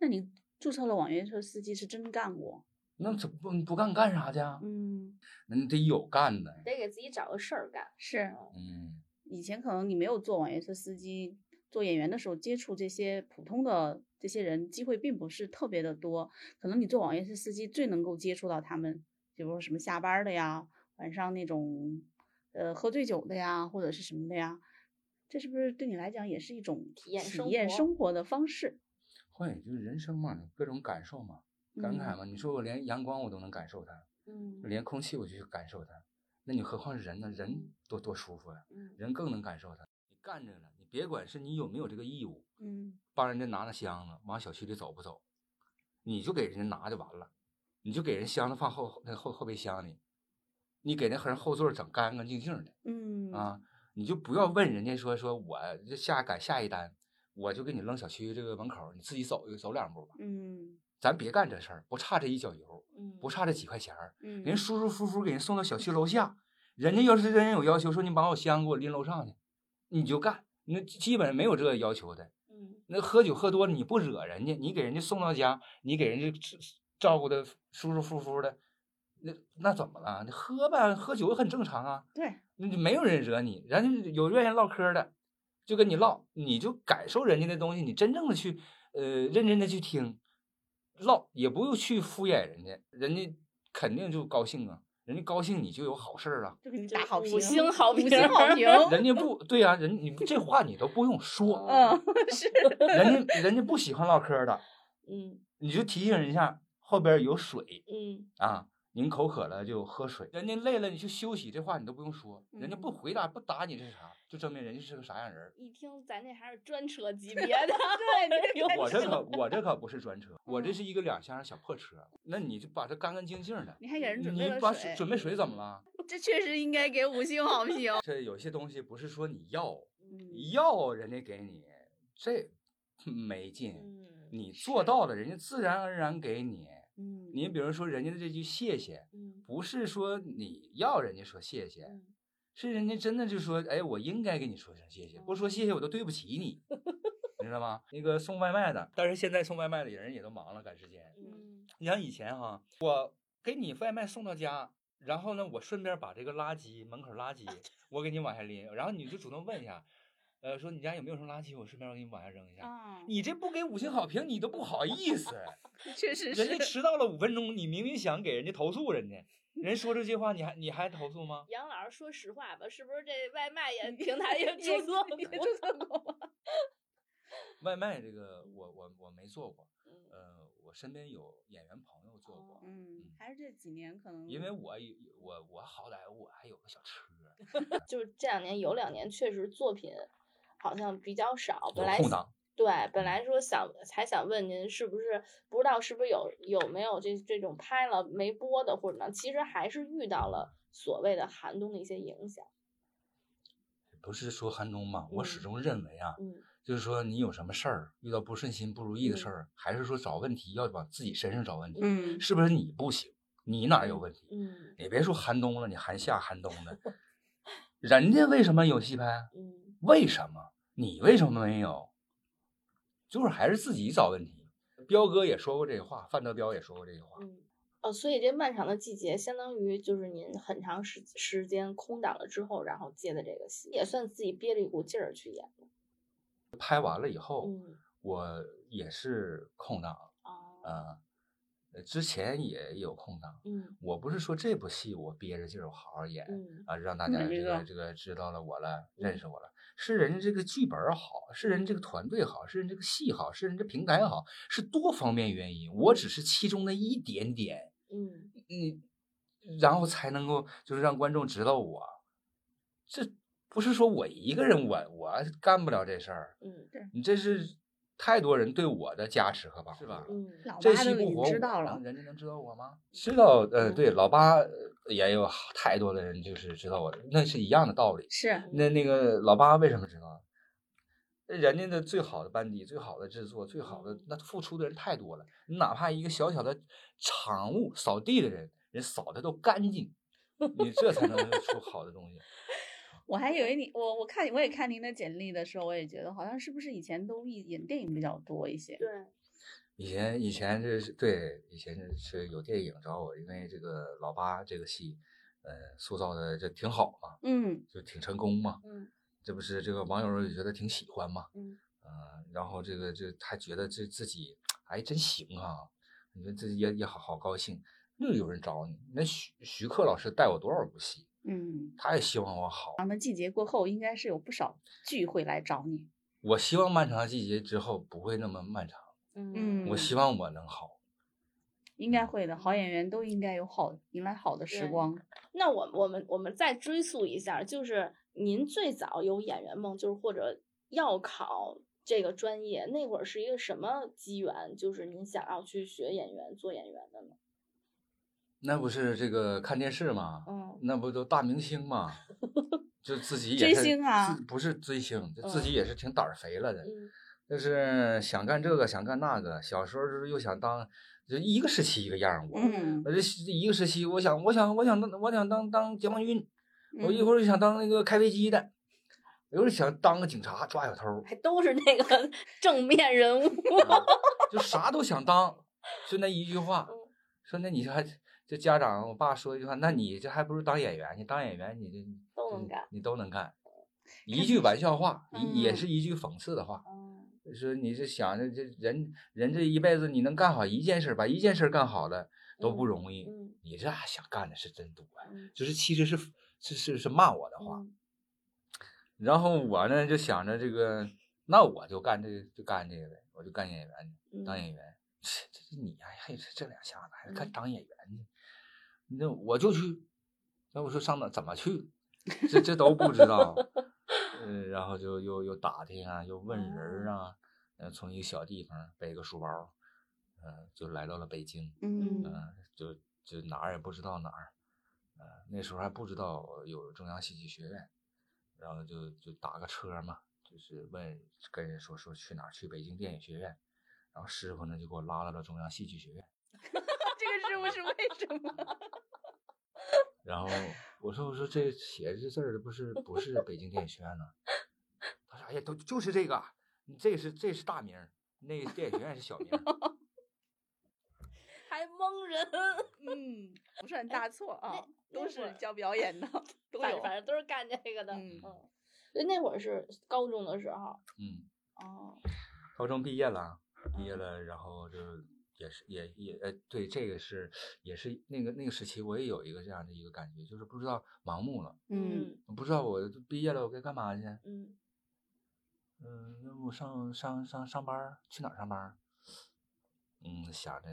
Speaker 3: 那你注册了网约车司机是真干过？
Speaker 1: 那怎不你不干干啥去啊？
Speaker 3: 嗯，
Speaker 1: 那你得有干的。
Speaker 2: 得给自己找个事儿干。
Speaker 3: 是
Speaker 1: 嗯，
Speaker 3: 以前可能你没有做网约车司机，做演员的时候接触这些普通的这些人机会并不是特别的多，可能你做网约车司机最能够接触到他们，比如说什么下班儿的呀，晚上那种呃喝醉酒的呀，或者是什么的呀，这是不是对你来讲也是一种
Speaker 2: 体验
Speaker 3: 体
Speaker 2: 生
Speaker 3: 验
Speaker 2: 活
Speaker 3: 生活的方式？
Speaker 1: 会就是人生嘛，各种感受嘛，
Speaker 3: 嗯
Speaker 1: 感慨嘛。你说我连阳光我都能感受它，
Speaker 2: 嗯
Speaker 1: 连空气我就去感受它，那你何况是人呢？人多多舒服呀、
Speaker 2: 嗯
Speaker 1: 人更能感受它。你干着呢，你别管是你有没有这个义务，
Speaker 3: 嗯，
Speaker 1: 帮人家拿那箱子往小区里走不走，你就给人家拿就完了，你就给人箱子放后那后后备箱里，你给那人后座整干干净净的。啊
Speaker 3: 嗯嗯，
Speaker 1: 啊，你就不要问人家说说我这下赶下一单，我就给你扔小区这个门口，你自己走走两步吧。
Speaker 3: 嗯
Speaker 1: 咱别干这事儿，不差这一脚油，
Speaker 3: 嗯，
Speaker 1: 不差这几块钱儿，
Speaker 3: 嗯，
Speaker 1: 人舒舒服服给人送到小区楼下。人家要是真有要求，说你把我箱给我拎楼上去，你就干。那基本没有这个要求的。
Speaker 3: 嗯
Speaker 1: 那喝酒喝多了，你不惹人家，你给人家送到家，你给人家吃照顾的舒舒服服的，那那怎么了？你喝呗，喝酒很正常啊。
Speaker 3: 对，
Speaker 1: 那就没有人惹你，人家有愿意唠嗑的，就跟你唠，你就感受人家的东西，你真正的去呃认真的去听，唠也不用去敷衍人家，人家肯定就高兴啊，人家高兴你就有好事儿啊，
Speaker 3: 就给你
Speaker 2: 就
Speaker 3: 打好
Speaker 2: 五
Speaker 3: 评，
Speaker 2: 星好
Speaker 3: 五
Speaker 2: 评
Speaker 3: 星好评，
Speaker 1: 人家不对呀、人你这话你都不用说，
Speaker 3: 嗯，是，
Speaker 1: 人家人家不喜欢唠嗑的，
Speaker 2: 嗯
Speaker 1: 你就提醒一下，后边有水
Speaker 2: 嗯
Speaker 1: 啊。您口渴了就喝水，人家累了你去休息，这话你都不用说，人家不
Speaker 3: 嗯
Speaker 1: 回答不打你这是啥，就证明人家是个啥样人 儿。
Speaker 2: 一听咱这还是专车 级别的，
Speaker 3: 对你这
Speaker 1: 我这
Speaker 3: 开始
Speaker 1: 可我这可不是专车，我这
Speaker 3: 嗯
Speaker 1: 是一个两厢小破车。那你就把它干干净净的，
Speaker 3: 你还给人准备
Speaker 1: 你
Speaker 3: 了
Speaker 1: 把
Speaker 3: 水，
Speaker 1: 准备水怎么了？
Speaker 3: 这确实应该给五星好评。
Speaker 1: 这有些东西不是说你要
Speaker 3: 嗯
Speaker 1: 要人家给你，这没劲。
Speaker 2: 嗯
Speaker 1: 你做到了，人家自然而然给你。
Speaker 3: 嗯，
Speaker 1: 你比如说人家的这句谢谢，
Speaker 2: 嗯
Speaker 1: 不是说你要人家说谢谢，
Speaker 2: 嗯
Speaker 1: 是人家真的就说，哎，我应该跟你说声谢谢，不说谢谢我都对不起你，你知道吗？那个送外卖的，但是现在送外卖的人也都忙了，赶时间。
Speaker 2: 嗯
Speaker 1: 你像以前哈，我给你外卖送到家，然后呢，我顺便把这个垃圾门口垃圾我给你往下拎，然后你就主动问一下，呃，说你家有没有什么垃圾，我顺便我给你往下扔一下。
Speaker 3: 啊，
Speaker 1: 你这不给五星好评，你都不好意思。
Speaker 3: 确实
Speaker 1: 人家
Speaker 3: 是，
Speaker 1: 迟到了五分钟，你明明想给人家投诉人家，人说这句话，你还你还投诉吗？
Speaker 2: 杨老师说实话吧，是不是这外卖也平台也注册过？
Speaker 3: 注 册过嗯吗？
Speaker 1: 外卖这个我我我没做过，
Speaker 2: 嗯
Speaker 1: 呃，我身边有演员朋友做过，
Speaker 2: 哦
Speaker 3: 嗯
Speaker 1: 嗯，
Speaker 3: 还是这几年可能
Speaker 1: 因为我有我我好歹我还有个小车，
Speaker 2: 就是这两年有两年确实作品好像比较少，本
Speaker 1: 有
Speaker 2: 来
Speaker 1: 空档。
Speaker 2: 对，
Speaker 1: 嗯
Speaker 2: 本来说想才想问您是不是不知道是不是有有没有这这种拍了没播的或者呢，其实还是遇到了所谓的寒冬的一些影响。
Speaker 1: 不是说寒冬嘛，我始
Speaker 2: 嗯
Speaker 1: 终认为啊，
Speaker 2: 嗯
Speaker 1: 就是说你有什么事儿遇到不顺心、不如意的事
Speaker 2: 嗯
Speaker 1: 儿，还是说找问题要往自己身上找问题，
Speaker 3: 嗯
Speaker 1: 是不是你不行，你哪儿有
Speaker 2: 嗯
Speaker 1: 问题？
Speaker 2: 嗯
Speaker 1: 你别说寒冬了，你寒夏、寒冬的，人家为什么有戏拍？啊
Speaker 2: 嗯
Speaker 1: 为什么？你为什么没有？就是还是自己找问题。彪哥也说过这个话，范德彪也说过这个话。
Speaker 2: 嗯，哦，所以这漫长的季节，相当于就是您很长时时间空档了之后，然后接的这个戏，也算自己憋着一股劲儿去演的。
Speaker 1: 拍完了以后，
Speaker 2: 嗯
Speaker 1: 我也是空档
Speaker 2: 哦，
Speaker 1: 啊、呃，之前也有空档。
Speaker 2: 嗯
Speaker 1: 我不是说这部戏我憋着劲儿我好好演、
Speaker 2: 嗯
Speaker 1: 啊，让大
Speaker 3: 嗯
Speaker 1: 家
Speaker 3: 没
Speaker 1: 这
Speaker 3: 错
Speaker 1: 个这个知道了我了，
Speaker 2: 嗯
Speaker 1: 认识我了，是人家这个剧本儿好，是人家这个团队好，是人家这个戏好，是人家平台好，是多方面原因，我只是其中的一点点，
Speaker 2: 嗯
Speaker 1: 嗯，然后才能够就是让观众知道我，这不是说我一个人我我干不了这事儿，
Speaker 2: 嗯
Speaker 1: 你这是太多人对我的加持和帮助了。
Speaker 2: 嗯
Speaker 3: 老
Speaker 1: 这
Speaker 3: 八
Speaker 1: 戏
Speaker 3: 都
Speaker 1: 不
Speaker 3: 已
Speaker 1: 火
Speaker 3: 经
Speaker 1: 我，嗯
Speaker 3: 知道了
Speaker 1: 能，人家能知道我吗？知道，呃，
Speaker 2: 嗯
Speaker 1: 对，老八呃也有好太多的人就是知道我，那是一样的道理。
Speaker 2: 嗯
Speaker 3: 是
Speaker 1: 那那个老八为什么知道？啊人家的最好的班底、最好的制作、最好的
Speaker 2: 嗯
Speaker 1: 那付出的人太多了。你哪怕一个小小的场务扫地的人，人扫的都干净，你这才能出好的东西。
Speaker 3: 我还以为你，我我看我也看您的简历的时候，我也觉得好像是不是以前都演演电影比较多一些？
Speaker 2: 对
Speaker 1: 以前以前这是对，以前是是有电影找我，因为这个老八这个戏，呃，塑造的这挺好嘛，
Speaker 3: 嗯
Speaker 1: 就挺成功嘛。
Speaker 2: 嗯
Speaker 1: 这不是这个网友也觉得挺喜欢嘛，
Speaker 2: 嗯
Speaker 1: 呃，然后这个这他觉得这自己哎真行啊，你说自己也也好好高兴，又有人找你。那徐徐克老师带我多少部戏，
Speaker 3: 嗯，
Speaker 1: 他也希望我好。
Speaker 3: 咱们季节过后，应该是有不少剧会来找你。
Speaker 1: 我希望漫长的季节之后不会那么漫长，
Speaker 2: 嗯
Speaker 1: 我
Speaker 3: 嗯
Speaker 1: 希望我能好。
Speaker 3: 应
Speaker 1: 嗯
Speaker 3: 该会的，好演员都应该有好迎来好的时
Speaker 2: 对
Speaker 3: 光。
Speaker 2: 那我我们我们再追溯一下儿，就是您最早有演员梦，就是或者要考这个专业那会儿是一个什么机缘？就是您想要去学演员、做演员的呢？
Speaker 1: 那不是这个看电视嘛，
Speaker 3: 哦
Speaker 2: 嗯
Speaker 1: 那不都大明星 嘛，就自己也
Speaker 3: 追
Speaker 1: 是
Speaker 3: 星啊
Speaker 1: 自不是追星，就自
Speaker 2: 嗯
Speaker 1: 己也是挺胆儿肥了的。
Speaker 2: 嗯
Speaker 1: 就是想干这个想干那个，小时候就是又想当，就一个时期一个样儿。我，
Speaker 3: 嗯
Speaker 1: 我这一个时期，我想我想我想当我想当当解放军，我一
Speaker 3: 嗯
Speaker 1: 会儿想当那个开飞机的，一会儿想当个警察抓小偷儿，
Speaker 2: 还都是那个 正面人物。
Speaker 1: 啊就啥都想当，就那一句话，
Speaker 2: 嗯
Speaker 1: 说那你还这家长，我爸说一句话，那你这还不如当演员，你当演员你这
Speaker 2: 都
Speaker 1: 这
Speaker 2: 能干
Speaker 1: 你都能干。一句玩笑话，一也
Speaker 2: 嗯
Speaker 1: 是一句讽刺的话，
Speaker 2: 嗯
Speaker 1: 说你这想着这人人这一辈子你能干好一件事儿，把一件事儿干好了都不
Speaker 2: 嗯
Speaker 1: 容易，
Speaker 2: 嗯
Speaker 1: 你这想干的是真多呀、
Speaker 2: 嗯
Speaker 1: 就是其实是是是是骂我的话，
Speaker 2: 嗯
Speaker 1: 然后我呢就想着这个，那我就干这个就干这个呗，我就干演员去。当
Speaker 2: 嗯
Speaker 1: 演员，切这是你呀、哎还有这这两下子还干
Speaker 2: 嗯
Speaker 1: 当演员呢？那我就去，要不说上哪怎么去，这这都不知道。嗯，然后就又又打听啊，又问人儿
Speaker 2: 哦
Speaker 1: 啊，呃，从一个小地方背个书包，嗯、就来到了北京，
Speaker 3: 嗯
Speaker 1: 嗯、就就哪儿也不知道哪儿，呃，那时候还不知道有中央戏剧学院，然后就就打个车嘛，就是问跟人说说去哪儿，去北京电影学院，然后师傅呢就给我拉到了中央戏剧学院，
Speaker 2: 这个师傅是为什么？
Speaker 1: 然后我说我说这写这字儿的不是不是北京电影学院呢？ 他说哎呀都就是这个，你这是这是大名儿，那个电影学院是小名儿。
Speaker 2: 还蒙人，
Speaker 3: 嗯，不是很大错 啊，
Speaker 2: 那
Speaker 3: 都
Speaker 2: 会儿
Speaker 3: 是教表 演的，都
Speaker 2: 反
Speaker 3: 有。
Speaker 2: 反正都是干这个的。
Speaker 3: 嗯
Speaker 2: 对，那会儿是高中的时候。
Speaker 1: 嗯，
Speaker 2: 哦，
Speaker 1: 高中毕业了，毕业了，然后就也是也也呃，对，这个是也是那个那个时期，我也有一个这样的一个感觉，就是不知道盲目了，
Speaker 3: 嗯
Speaker 1: 不知道我毕业了我该干嘛去。
Speaker 2: 嗯
Speaker 1: 嗯，那我上上上上班儿去哪儿上班儿？嗯，想着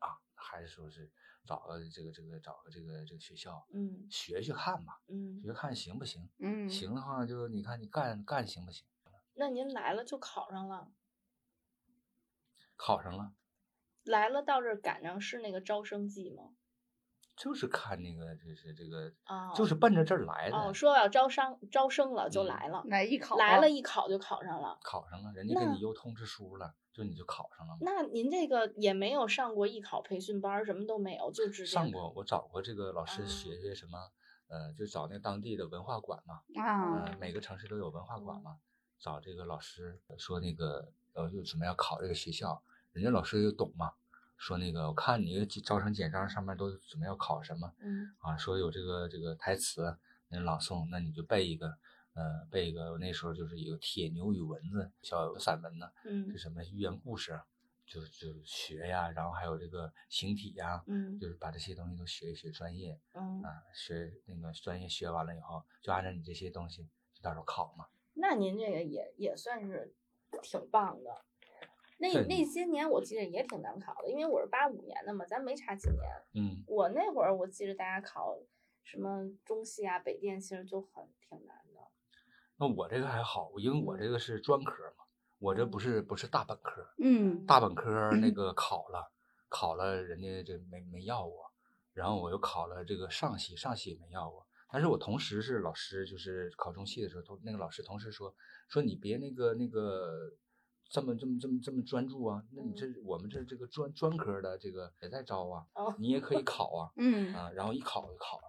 Speaker 1: 啊，还是说是找个这个这个找个这个这个学校
Speaker 2: 嗯
Speaker 1: 学学看吧，
Speaker 2: 嗯。
Speaker 1: 学看行不行？
Speaker 3: 嗯，
Speaker 1: 行的话就你看你干干行不行？
Speaker 2: 那您来了就考上了，
Speaker 1: 考上了，
Speaker 2: 来了到这儿赶上是那个招生季吗？
Speaker 1: 就是看那个就是这个
Speaker 2: 啊，
Speaker 1: 就是奔着这儿来的。
Speaker 2: 哦，说要招商招生了就
Speaker 1: 嗯
Speaker 2: 来了，
Speaker 3: 来艺考
Speaker 2: 来了一考就考上了。
Speaker 1: 考上了，人家给
Speaker 2: 那
Speaker 1: 你邮通知书了，就你就考上了嘛。
Speaker 2: 那您这个也没有上过艺考培训班儿，什么都没有，就直接
Speaker 1: 上过，我找过这个老师
Speaker 2: 啊
Speaker 1: 学些什么，呃，就找那当地的文化馆嘛，
Speaker 3: 啊，
Speaker 1: 呃，每个城市都有文化馆
Speaker 2: 嗯
Speaker 1: 嘛，找这个老师说那个，呃，就准备要考这个学校，人家老师又懂嘛，说那个我看你这招生简章上面都准备要考什么
Speaker 2: 嗯
Speaker 1: 啊，说有这个这个台词，那朗诵，那你就背一个。呃，背一个，那时候就是有《铁牛与蚊子》小散文呢，
Speaker 2: 嗯
Speaker 1: 是什么寓言故事啊，就就学呀，然后还有这个形体呀，
Speaker 2: 嗯
Speaker 1: 就是把这些东西都学一学专业
Speaker 2: 嗯
Speaker 1: 啊，，学那个专业学完了以后，就按照你这些东西就到时候考嘛。
Speaker 2: 那您这个也也算是挺棒的。那
Speaker 1: 对
Speaker 2: 那些年我记得也挺难考的，因为我是八五年的嘛，咱没差几年。
Speaker 1: 嗯，
Speaker 2: 我那会儿我记得大家考什么中戏啊、北电，其实就很挺难的。
Speaker 1: 那我这个还好，因为我这个是专科嘛，我这不是不是大本科，
Speaker 3: 嗯
Speaker 1: 大本科那个考了，考了人家这没没要我，然后我又考了这个上戏，上戏也没要我。但是我同时是老师，就是考中戏的时候，同那个老师同时说说你别那个那个这么这么这么这么专注啊，那
Speaker 2: 嗯
Speaker 1: 你这我们这这个专专科的这个也在招啊
Speaker 2: 哦，
Speaker 1: 你也可以考啊
Speaker 3: 嗯
Speaker 1: 啊，然后一考就考上了。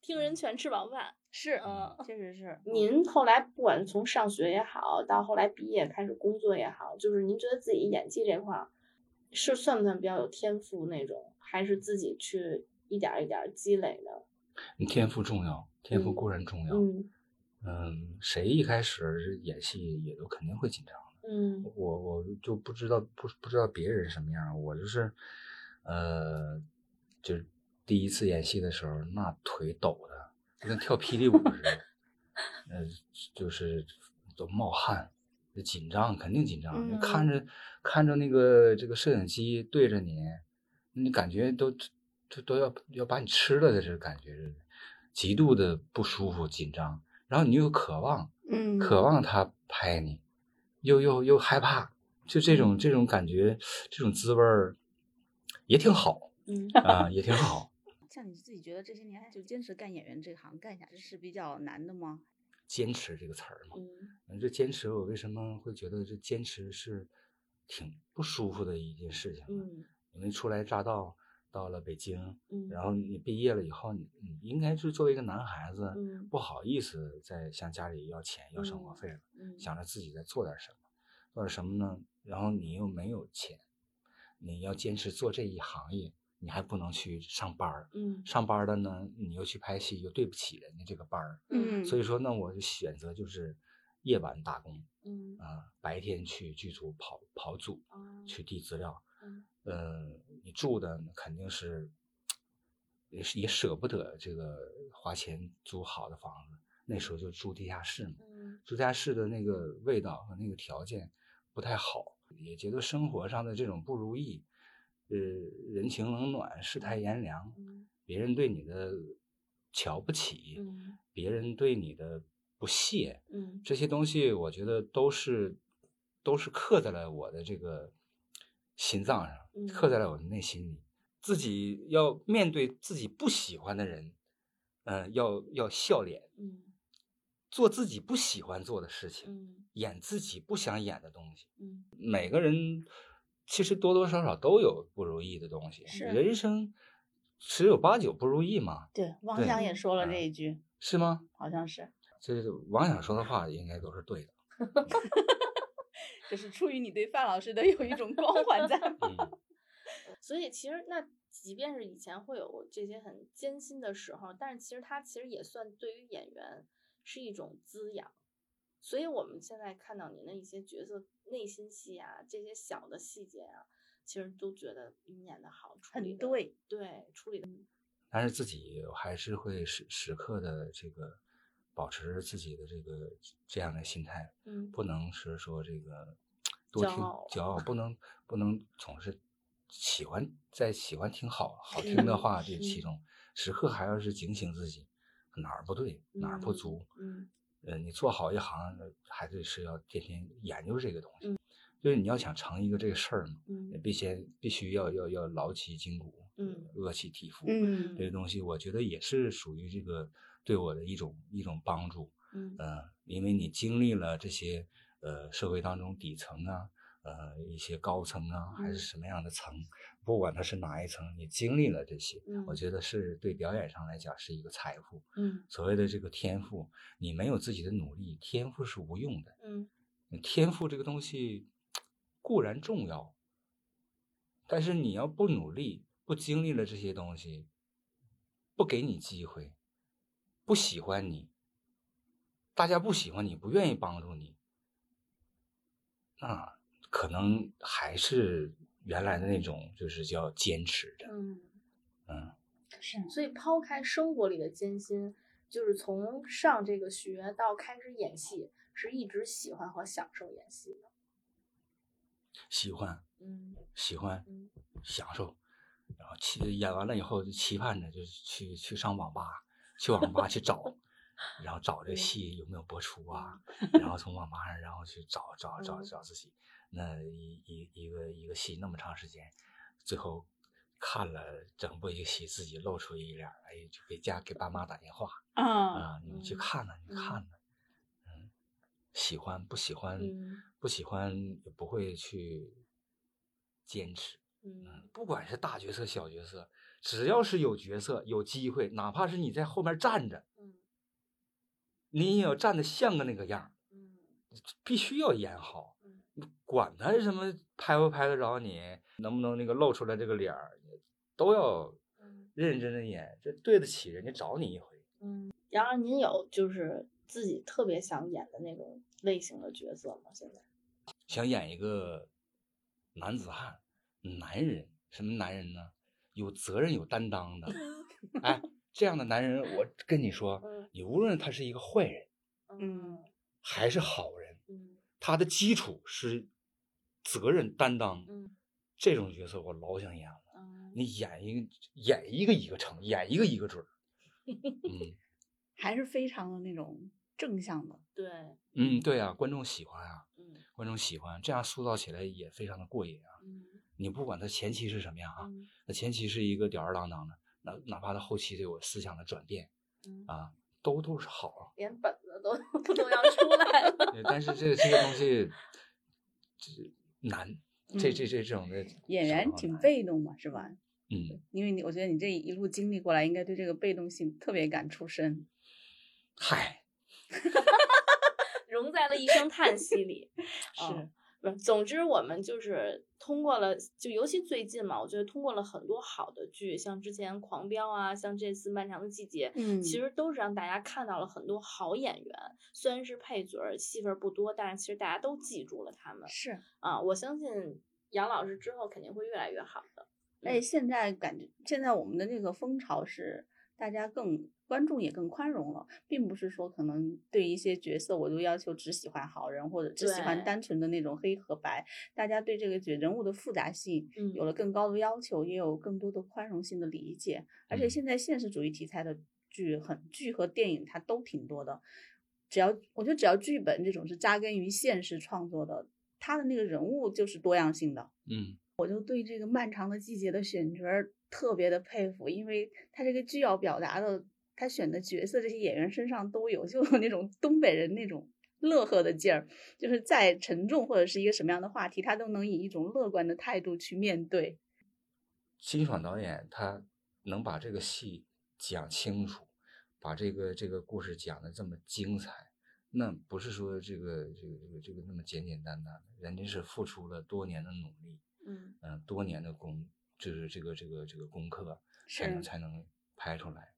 Speaker 2: 听人全吃饱饭。
Speaker 3: 是，
Speaker 2: 嗯，
Speaker 3: 确实是
Speaker 1: 嗯
Speaker 2: 您后来不管从上学也好，到后来毕业开始工作也好，就是您觉得自己演技这块儿是算不算比较有天赋那种，还是自己去一点儿一点儿积累的？
Speaker 1: 你嗯天赋重要，天赋
Speaker 2: 嗯
Speaker 1: 固然重要。
Speaker 2: 嗯
Speaker 1: 嗯，谁一开始演戏也都肯定会紧张。
Speaker 2: 嗯
Speaker 1: 我我就不知道不不知道别人什么样儿，我就是，呃，就是第一次演戏的时候，那腿抖的跟跳霹雳舞似的，呃，就是都冒汗，紧张肯定紧张，你看着看着那个这个摄影机对着你，你感觉都都都要要把你吃了的这感觉是，极度的不舒服紧张，然后你又渴望。
Speaker 3: 嗯
Speaker 1: 渴望他拍你，又又又害怕，就这种这种感觉，这种滋味儿也挺好
Speaker 2: 嗯，
Speaker 1: 啊、也挺 好。
Speaker 3: 像你自己觉得这些年就坚持干演员这行干下去是比较难的吗？
Speaker 1: 坚持这个词儿嘛。
Speaker 3: 嗯
Speaker 1: 嗯，这坚持我为什么会觉得这坚持是挺不舒服的一件事情呢？
Speaker 3: 嗯
Speaker 1: 因为初来乍到到了北京，
Speaker 3: 嗯，
Speaker 1: 然后你毕业了以后，你你应该是作为一个男孩子，
Speaker 3: 嗯
Speaker 1: 不好意思再向家里要钱要生活
Speaker 3: 嗯
Speaker 1: 费了，
Speaker 3: 嗯
Speaker 1: 想着自己再做点什么，做点什么呢？然后你又没有钱，你要坚持做这一行业，你还不能去上班儿，
Speaker 3: 嗯
Speaker 1: 上班儿了呢，你又去拍戏，又对不起人家这个班儿，
Speaker 3: 嗯，
Speaker 1: 所以说呢，我就选择就是夜晚打工
Speaker 3: 嗯
Speaker 1: 啊、白天去剧组跑跑组，
Speaker 2: 嗯哦
Speaker 3: 啊
Speaker 1: 去递资料。
Speaker 3: 嗯
Speaker 1: 嗯，你住的肯定是也是也舍不得这个花钱租好的房子，那时候就住地下室嘛，
Speaker 3: 嗯
Speaker 1: 住地下室的那个味道和那个条件不太好，也觉得生活上的这种不如意，呃，人情冷暖，世态炎凉，
Speaker 3: 嗯
Speaker 1: 别人对你的瞧不起，
Speaker 3: 嗯
Speaker 1: 别人对你的不屑，
Speaker 3: 嗯
Speaker 1: 这些东西我觉得都是都是刻在了我的这个心脏上，刻在了我的内心里。自己要面对自己不喜欢的人，嗯、要要笑脸，
Speaker 3: 嗯
Speaker 1: 做自己不喜欢做的事情，
Speaker 3: 嗯
Speaker 1: 演自己不想演的东西。
Speaker 3: 嗯
Speaker 1: 每个人其实多多少少都有不如意的东西，
Speaker 3: 是
Speaker 1: 人生十有八九不如意嘛，
Speaker 3: 对，嗯汪
Speaker 1: 对
Speaker 3: 洋也说了这
Speaker 1: 啊
Speaker 3: 一句，
Speaker 1: 是吗？
Speaker 3: 好像是，
Speaker 1: 这是王想说的话应该都是对的。
Speaker 3: 就是出于你对范老师的有一种光环在吧
Speaker 1: 嗯。
Speaker 2: 所以其实那即便是以前会有这些很艰辛的时候，但是其实它其实也算对于演员是一种滋养。所以我们现在看到您的一些角色内心戏啊，这些小的细节啊，其实都觉得您演的好，处理
Speaker 3: 很
Speaker 2: 得
Speaker 3: 对，
Speaker 2: 对，处理的
Speaker 1: 但是自己还是会时时刻的这个保持自己的这个这样的心态，
Speaker 2: 嗯
Speaker 1: 不能是说这个多
Speaker 2: 骄
Speaker 1: 听
Speaker 2: 傲
Speaker 1: 骄傲，不能不能总是喜欢在喜欢听好好听的
Speaker 3: 嗯
Speaker 1: 话这
Speaker 3: 嗯
Speaker 1: 其中，时刻还要是警醒自己哪儿不对，哪儿不
Speaker 3: 嗯
Speaker 1: 足。
Speaker 3: 嗯
Speaker 1: 呃，你做好一行，呃还得是要天天研究这个东西。就是你要想成一个这个事儿嘛，
Speaker 3: 嗯
Speaker 1: 必须必须要要要劳其筋骨，呃
Speaker 3: 嗯
Speaker 1: 饿其体肤，
Speaker 3: 嗯
Speaker 1: 这个东西，我觉得也是属于这个对我的一种一种帮助。
Speaker 3: 嗯
Speaker 1: 呃，因为你经历了这些呃社会当中底层啊，呃一些高层啊，还
Speaker 3: 嗯
Speaker 1: 是什么样的层，不管它是哪一层，你经历了这些，我
Speaker 3: 嗯
Speaker 1: 觉得是对表演上来讲是一个财富。
Speaker 3: 嗯
Speaker 1: 所谓的这个天赋，你没有自己的努力，天赋是无用的。
Speaker 2: 嗯
Speaker 1: 天赋这个东西固然重要，但是你要不努力，不经历了这些东西，不给你机会，不喜欢你，大家不喜欢你，不愿意帮助你，那可能还是原来的那种，就是叫坚持着。
Speaker 2: 嗯。
Speaker 1: 嗯，
Speaker 3: 是
Speaker 2: 所以抛开生活里的艰辛，就是从上这个学到开始演戏，是一直喜欢和享受演戏的。
Speaker 1: 喜欢，
Speaker 2: 嗯
Speaker 1: 喜欢，
Speaker 2: 嗯
Speaker 1: 享受，然后期演完了以后就期盼着就是去去上网吧，去网吧去找，然后找这
Speaker 2: 嗯
Speaker 1: 戏有没有播出啊，然后从网吧上然后去找 找找
Speaker 2: 嗯
Speaker 1: 找自己，那一一一个一个戏那么长时间，最后看了整部一个戏，自己露出一脸儿，哎，就给家给爸妈打电话
Speaker 3: 啊，
Speaker 1: 啊，你们去
Speaker 2: 嗯
Speaker 1: 看呐，你们
Speaker 2: 嗯
Speaker 1: 看呐，嗯，喜欢不喜欢？
Speaker 2: 嗯
Speaker 1: 不喜欢也不会去坚持。
Speaker 2: 嗯，
Speaker 1: 不管是大角色、小角色，只要是有角色、有机会，哪怕是你在后面站着，
Speaker 2: 嗯
Speaker 1: 你也要站得像个那个样儿，
Speaker 2: 嗯
Speaker 1: 必须要演好
Speaker 2: 嗯。
Speaker 1: 你管他什么拍不拍得着你，能不能那个露出来这个脸儿，都要
Speaker 2: 嗯
Speaker 1: 认认真真演，这对得起人家找你一回。
Speaker 2: 嗯。然而，您有就是自己特别想演的那种类型的角色吗？现在？
Speaker 1: 想演一个男子汉、男人，什么男人呢？有责任、有担当 的。哎，这样的男人，我跟你说，
Speaker 2: 嗯
Speaker 1: 你无论他是一个坏人
Speaker 3: 嗯
Speaker 1: 还是好人，
Speaker 2: 嗯
Speaker 1: 他的基础是责任、担当。
Speaker 2: 嗯
Speaker 1: 这种角色我老想演了。
Speaker 2: 嗯
Speaker 1: 你演一个，演一个一个成，演一个一个准儿。嗯
Speaker 3: 还是非常的那种正向的，
Speaker 2: 对，
Speaker 1: 嗯，对啊，观众喜欢啊，
Speaker 2: 嗯
Speaker 1: 观众喜欢，这样塑造起来也非常的过瘾啊。
Speaker 2: 嗯
Speaker 1: 你不管他前期是什么样啊，
Speaker 2: 嗯
Speaker 1: 那前期是一个吊儿郎当的，哪哪怕他后期对我思想的转变
Speaker 2: 嗯，
Speaker 1: 啊，都都是好，
Speaker 2: 连本子都 都要出来了。
Speaker 1: 对但是这这些东西这难，这这这这种的
Speaker 3: 演
Speaker 1: 想
Speaker 3: 员
Speaker 1: 法
Speaker 3: 挺
Speaker 1: 难
Speaker 3: 被动嘛，是吧？
Speaker 1: 嗯，
Speaker 3: 因为你我觉得你这一路经历过来，应该对这个被动性特别感触深。
Speaker 1: 嗨，
Speaker 2: 融在了一声叹息里。
Speaker 3: 是
Speaker 2: 不是，总之我们就是通过了，就尤其最近嘛，我觉得通过了很多好的剧，像之前《狂飙》啊，像这次《漫长的季节》。
Speaker 3: 嗯
Speaker 2: 其实都是让大家看到了很多好演员，虽然是配角儿，戏份儿不多，但是其实大家都记住了他们
Speaker 3: 是，
Speaker 2: 啊！我相信杨老师之后肯定会越来越好的。
Speaker 3: 哎，
Speaker 2: 嗯
Speaker 3: 现在感觉现在我们的这个风潮是大家更观众也更宽容了，并不是说可能对一些角色我就要求只喜欢好人或者只喜欢
Speaker 2: 对
Speaker 3: 单纯的那种黑和白，大家对这个角人物的复杂性
Speaker 2: 嗯
Speaker 3: 有了更高的要求，也有更多的宽容性的理解。而且
Speaker 1: 嗯
Speaker 3: 现在现实主义题材的剧很剧和电影它都挺多的，只要我觉得只要剧本这种是扎根于现实创作的，它的那个人物就是多样性的。
Speaker 1: 嗯
Speaker 3: 我就对这个漫长的季节的选角儿特别的佩服，因为他这个剧要表达的，他选的角色这些演员身上都有，就有那种东北人那种乐呵的劲儿，就是再沉重或者是一个什么样的话题，他都能以一种乐观的态度去面对。
Speaker 1: 辛爽导演他能把这个戏讲清楚，把这个这个故事讲的这么精彩，那不是说这个这个这个这个那么简简单单的，人家是付出了多年的努力，
Speaker 2: 嗯，
Speaker 1: 嗯、多年的功，就是这个这个这个功课才能才能拍出来。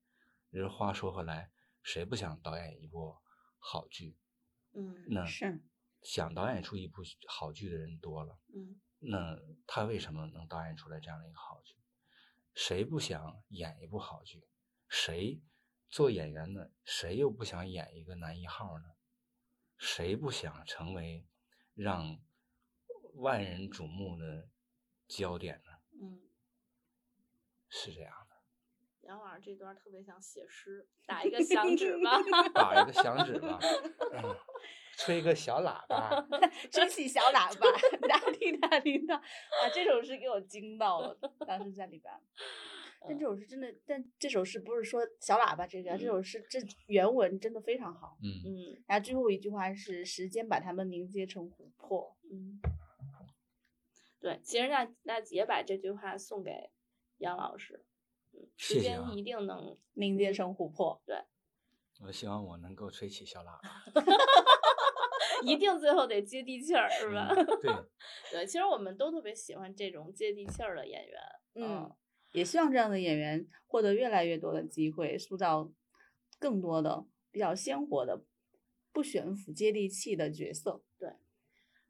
Speaker 1: 人话说回来，谁不想导演一部好剧？
Speaker 2: 嗯
Speaker 1: 那
Speaker 3: 是，
Speaker 1: 想导演出一部好剧的人多了。
Speaker 2: 嗯
Speaker 1: 那他为什么能导演出来这样的一个好剧？谁不想演一部好剧？谁做演员呢？谁又不想演一个男一号呢？谁不想成为让万人瞩目的焦点呢？
Speaker 2: 嗯，
Speaker 1: 是这样的，
Speaker 2: 杨老师这段儿特别想写诗，打一个响指 吧。
Speaker 1: 打一个响指吧，嗯，吹个小喇叭，
Speaker 3: 吹起小喇叭，哒滴哒滴哒，啊，这首诗给我惊到了，当时在里边儿。但这首诗真的，但这首诗不是说小喇叭这个，这首诗这原文真的非常好。
Speaker 1: 嗯，
Speaker 2: 嗯
Speaker 3: 然后最后一句话是“时间把它们凝结成琥珀
Speaker 2: 嗯，对，其实那那也把这句话送给杨老师。嗯，时
Speaker 1: 谢谢啊
Speaker 2: 间一定能”，
Speaker 3: 凝结成琥珀。
Speaker 1: 我希望我能够吹起小喇叭，
Speaker 2: 一定最后得接地气儿，是吧？
Speaker 1: 嗯对，
Speaker 2: 对，其实我们都特别喜欢这种接地气儿的演员。
Speaker 3: 嗯，也希望这样的演员获得越来越多的机会，塑造更多的比较鲜活的、不悬浮、接地气的角色。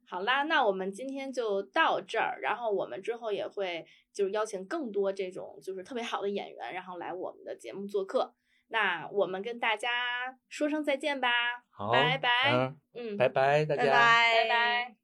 Speaker 2: 好啦，那我们今天就到这儿，然后我们之后也会就是邀请更多这种就是特别好的演员，然后来我们的节目做客。那我们跟大家说声再见吧，
Speaker 1: 好，
Speaker 2: 拜拜
Speaker 1: 嗯，
Speaker 2: 嗯，
Speaker 1: 拜拜，大
Speaker 3: 拜
Speaker 1: 家，
Speaker 3: 拜，
Speaker 2: 拜拜。